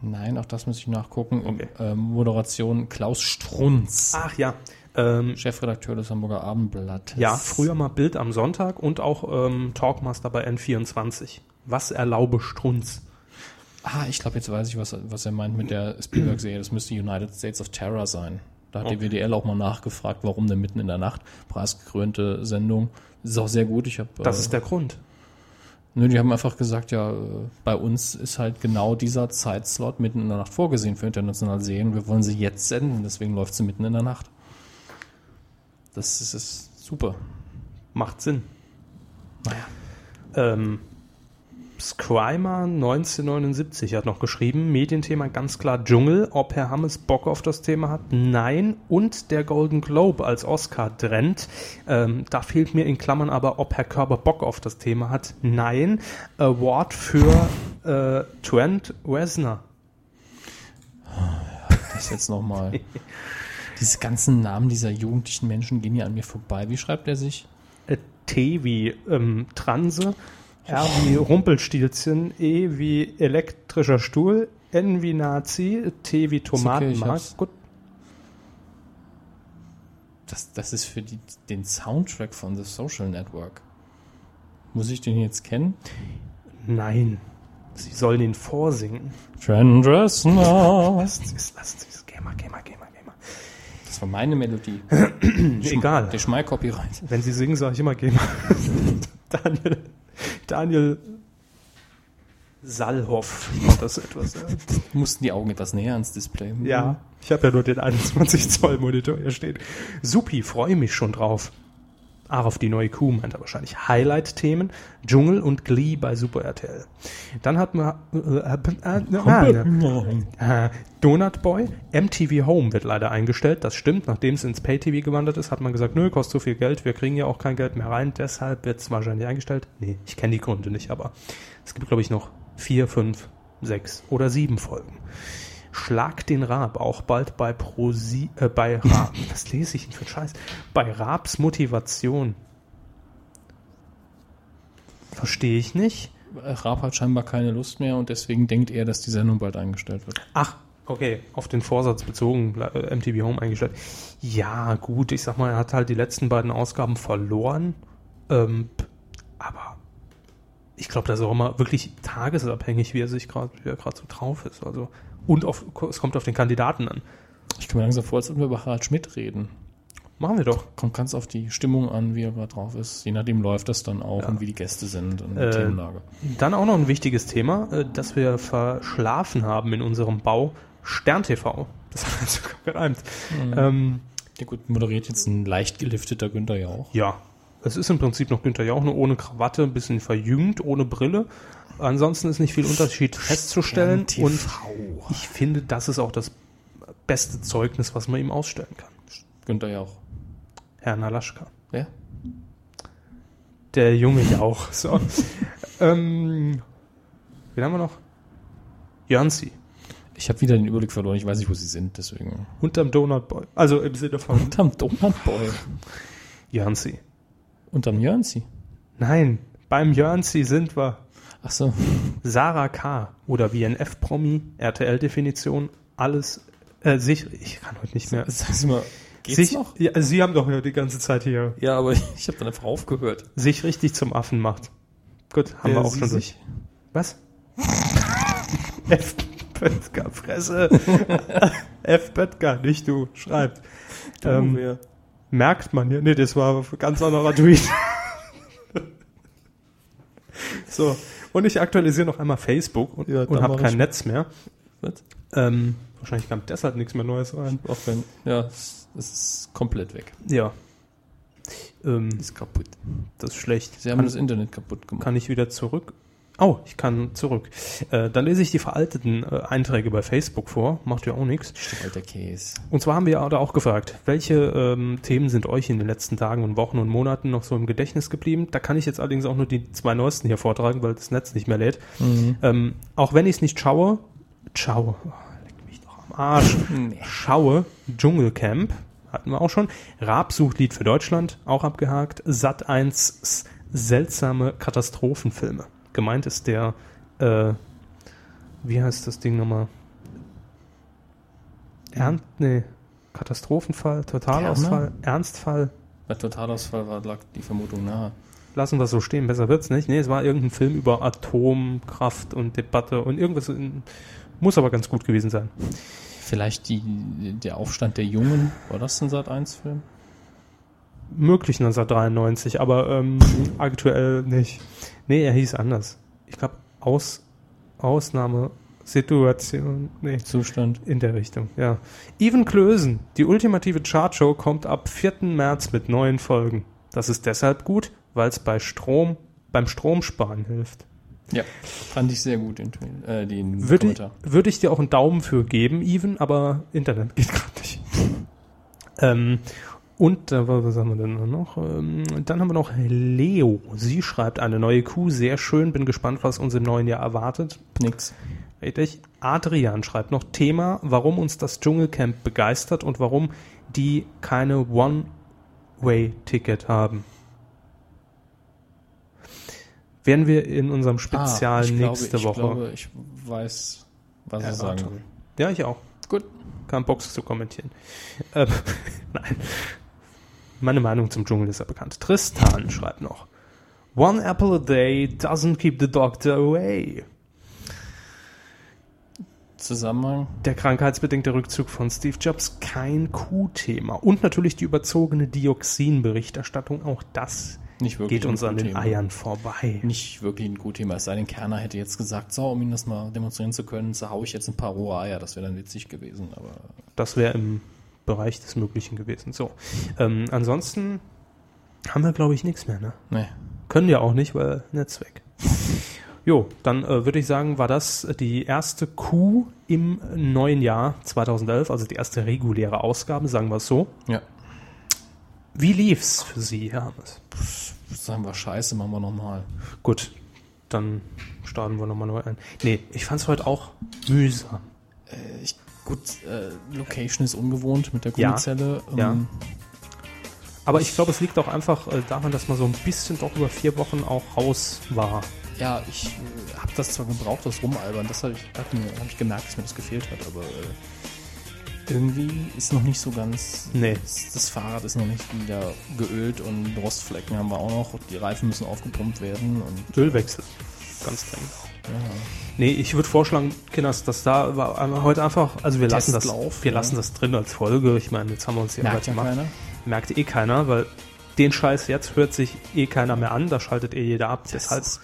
Nein, auch das muss ich nachgucken. Okay. Ah. Ähm, Moderation Klaus Strunz, Ach ja. Ähm, Chefredakteur des Hamburger Abendblattes. ja, früher mal Bild am Sonntag und auch ähm, Talkmaster bei N24. Was erlaube Strunz? Ah, ich glaube, jetzt weiß ich, was, was er meint mit der Spielberg-Serie. Das müsste United States of Terror sein. Da hat die WDL auch mal nachgefragt, warum denn mitten in der Nacht. Preisgekrönte Sendung. Ist auch sehr gut. Ich äh, habe. Das ist der Grund. Nö, die haben einfach gesagt, ja, äh, bei uns ist halt genau dieser Zeitslot mitten in der Nacht vorgesehen für internationale Serien. Wir wollen sie jetzt senden, deswegen läuft sie mitten in der Nacht. Das ist, ist super. Macht Sinn. Naja. Ähm, Scrimer 1979 hat noch geschrieben, Medienthema ganz klar Dschungel, ob Herr Hammes Bock auf das Thema hat, nein. Und der Golden Globe als Oscar trennt, ähm, da fehlt mir in Klammern aber, ob Herr Körber Bock auf das Thema hat, nein. Award für äh, Trent Reznor. Das jetzt nochmal. Diese ganzen Namen dieser jugendlichen Menschen gehen ja an mir vorbei. Wie schreibt er sich? Äh, T wie ähm, Transe, R wie Rumpelstilzchen, E wie elektrischer Stuhl, N wie Nazi, T wie ich Tomatenmark. hab's. Gut, Das, das ist für die, den Soundtrack von The Social Network. Muss ich den jetzt kennen? nein. Sie sollen ihn vorsingen. Trent Reznor. Lassen Sie es, lassen Sie es. Geh mal, geh mal, geh mal, geh mal. Das war meine Melodie. Egal. Der Schmal-Copyright. Wenn Sie singen, sage ich immer, geh mal. *laughs* Daniel, Daniel Salhoff war das etwas. ja. Mussten die Augen etwas näher ans Display. Ja, ich habe ja nur den 21-Zoll-Monitor hier steht. Supi, freue mich schon drauf. Ach, auf die neue Kuh meint er wahrscheinlich. Highlight-Themen, Dschungel und Glee bei Super RTL. Dann hatten wir äh, äh, äh, äh, äh, äh, Donut Boy, MTV Home wird leider eingestellt. Das stimmt, nachdem es ins Pay-TV gewandert ist, hat man gesagt, nö, kostet so viel Geld, wir kriegen ja auch kein Geld mehr rein, deshalb wird es wahrscheinlich eingestellt. Nee, ich kenne die Gründe nicht, aber es gibt, glaube ich, noch vier, fünf, sechs oder sieben Folgen. Schlag den Raab, auch bald bei Prosi, äh, bei Raab, was lese ich denn für einen Scheiß? Bei Raabs Motivation. Verstehe ich nicht. Raab hat scheinbar keine Lust mehr und deswegen denkt er, dass die Sendung bald eingestellt wird. Ach, okay, auf den Vorsatz bezogen, ble- äh, MTV Home eingestellt. Ja, gut, ich sag mal, er hat halt die letzten beiden Ausgaben verloren. Ähm, aber ich glaube, das ist auch immer wirklich tagesabhängig, wie er sich gerade so drauf ist. Also, und auf, es kommt auf den Kandidaten an. Ich komme mir langsam vor, als würden wir über Harald Schmidt reden. Machen wir doch. Kommt ganz auf die Stimmung an, wie er gerade drauf ist. Je nachdem läuft das dann auch und wie die Gäste sind und die Äh, Themenlage. Dann auch noch ein wichtiges Thema, äh, das wir verschlafen haben in unserem Bau. Stern TV. Das *laughs* hat also gereimt. Ähm, Ja gut, moderiert jetzt ein leicht gelifteter Günther ja auch. ja, es ist im Prinzip noch Günther Jauch, nur ohne Krawatte, ein bisschen verjüngt, ohne Brille. Ansonsten ist nicht viel Unterschied festzustellen. Stern Und ich finde, das ist auch das beste Zeugnis, was man ihm ausstellen kann. Günther ja auch. Herr Nalaschka. Ja? Der Junge Jauch. *laughs* So. ähm, wen haben wir noch? Jansi. Ich habe wieder den Überblick verloren. Ich weiß nicht, wo sie sind, deswegen. Unterm Donutboy. Also im Sinne von Unterm Donutboy. Jansi. Unterm Jörnsi. Nein, beim Jörnsi sind wir. Ach so. Sarah K. oder WNF-Promi, RTL-Definition, alles äh, sich. Ich kann heute nicht mehr. Sagen Sie mal, geht's sich, noch? Ja, Sie haben doch ja die ganze Zeit hier Ja, aber *laughs* ich habe dann einfach aufgehört. sich richtig zum Affen macht. Gut, haben wir auch schon durch. Was? *laughs* F. Böttger, Fresse. *laughs* F. Böttger, nicht du, schreibt. Ähm, merkt man hier. Nee, das war ein ganz anderer Tweet. *laughs* so. Und ich aktualisiere noch einmal Facebook und, Ja, und da habe mach kein ich- Netz mehr. Was? Ähm, wahrscheinlich kam deshalb nichts mehr Neues rein. Auch wenn, ja, es es ist komplett weg. Ja. Ähm, Ist kaputt. das ist schlecht. Sie haben kann, das Internet kaputt gemacht. kann ich wieder zurück? Oh, ich kann zurück. Äh, dann lese ich die veralteten äh, Einträge bei Facebook vor. Macht ja auch nichts. Alter Käse. Und zwar haben wir ja da auch gefragt, welche ähm, Themen sind euch in den letzten Tagen und Wochen und Monaten noch so im Gedächtnis geblieben? Da kann ich jetzt allerdings auch nur die zwei neuesten hier vortragen, weil das Netz nicht mehr lädt. Ähm, auch wenn ich es nicht schaue, schaue, oh, leck mich doch am Arsch, schaue, Dschungelcamp, hatten wir auch schon, Raab sucht Lied für Deutschland, auch abgehakt, Sat 1 seltsame Katastrophenfilme. Gemeint ist der, äh, wie heißt das Ding nochmal? Ernst, nee, Katastrophenfall, Totalausfall, Ernstfall, Bei Totalausfall war, lag die Vermutung nahe. lassen wir es so stehen, besser wird's nicht. Nee, es war irgendein Film über Atomkraft und Debatte und irgendwas, in, muss aber ganz gut gewesen sein. Vielleicht die, der Aufstand der Jungen. War das ein Sat1-Film? Möglich 1993, aber ähm, aktuell nicht. Nee, er hieß anders. Ich glaube, Aus, Ausnahmesituation, nee. Zustand. In der Richtung, ja. Even Klösen, die ultimative Chartshow kommt ab 4. März mit neuen Folgen. Das ist deshalb gut, weil es bei Strom, beim Stromsparen hilft. Ja. Fand ich sehr gut, den, Tweet- äh, den Würde ich, Kommentar. würde ich dir auch einen Daumen für geben, Even, aber Internet *laughs* geht gerade nicht. ähm, und äh, wa- was haben wir denn noch? Ähm, dann haben wir noch Leo. Sie schreibt eine neue Kuh, sehr schön. Bin gespannt, was uns im neuen Jahr erwartet. Nix. Richtig. Adrian schreibt noch Thema, warum uns das Dschungelcamp begeistert und warum die keine One-Way-Ticket haben. Werden wir in unserem Spezial Ah, ich glaube, nächste ich Woche. Glaube, ich weiß, was er sagen will. Ja, ich auch. Gut. Kein Box zu kommentieren. Ähm, *laughs* nein. Meine Meinung zum Dschungel ist ja bekannt. Tristan schreibt noch. One apple a day doesn't keep the doctor away. Zusammenhang. Der krankheitsbedingte Rückzug von Steve Jobs kein Q-Thema. Und natürlich die überzogene Dioxin-Berichterstattung. Auch das Nicht wirklich geht uns ein an den Q-Thema. Eiern vorbei. Nicht wirklich ein gutes Thema. Es sei denn, Kerner hätte jetzt gesagt, so, um Ihnen das mal demonstrieren zu können, so hau ich jetzt ein paar rohe Eier. Das wäre dann witzig gewesen. Aber Das wäre im Bereich des Möglichen gewesen. So. Ähm, ansonsten haben wir, glaube ich, nichts mehr, ne? nee. Können ja auch nicht, weil Netz weg. Jo, dann äh, würde ich sagen, war das die erste Q im neuen Jahr 2011, also die erste reguläre Ausgabe, sagen wir es so. Ja. Wie lief's für Sie, Herr Hammes? Sagen wir Scheiße, machen wir nochmal. Gut, dann starten wir nochmal neu ein. Nee, ich fand's heute auch mühsam. Ich, gut, äh, Location ist ungewohnt mit der Ja. Gummizelle. Ähm, Ja. Aber ich glaube, es liegt auch einfach äh, daran, dass man so ein bisschen doch über vier Wochen auch raus war. Ja, ich äh, hab das zwar gebraucht, das Rumalbern, das habe ich, hat mir- hab ich gemerkt, dass mir das gefehlt hat, aber äh, irgendwie ist noch nicht so ganz. Nee. Das, das Fahrrad ist noch nicht wieder geölt und Rostflecken haben wir auch noch. Die Reifen müssen aufgepumpt werden und Ölwechsel. Ganz dringend. Nee, ich würde vorschlagen, Kinders, dass da war einmal heute einfach, also wir lassen das, Testlauf, wir ja. lassen das drin als Folge. Ich meine, jetzt haben wir uns die Arbeit merkt ja gemacht. keiner. Merkt eh keiner, weil den Scheiß jetzt hört sich eh keiner mehr an. Da schaltet eh jeder ab. Deshalb ist-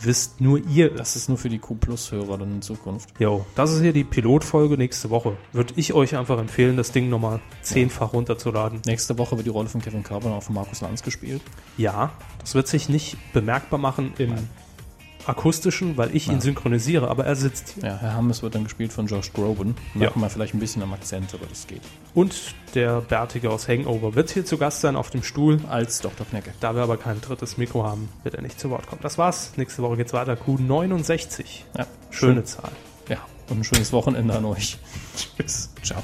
wisst nur ihr Das ist nur für die Q-Plus-Hörer dann in Zukunft. Jo, das ist hier die Pilotfolge nächste Woche. Würde ich euch einfach empfehlen, das Ding nochmal zehnfach runterzuladen. Nächste Woche wird die Rolle von Kevin Carbon von Markus Lanz gespielt. Ja, das wird sich nicht bemerkbar machen im akustischen, weil ich ihn synchronisiere, aber er sitzt hier. Ja, Herr Hammes wird dann gespielt von Josh Groban. Merkt man vielleicht ein bisschen am Akzent, aber das geht. Und der Bärtige aus Hangover wird hier zu Gast sein auf dem Stuhl. Als Dr. Knecke. Da wir aber kein drittes Mikro haben, wird er nicht zu Wort kommen. Das war's. Nächste Woche geht's weiter. Q69. Ja, Schöne Zahl. Ja, und ein schönes Wochenende an euch. Tschüss. Ciao.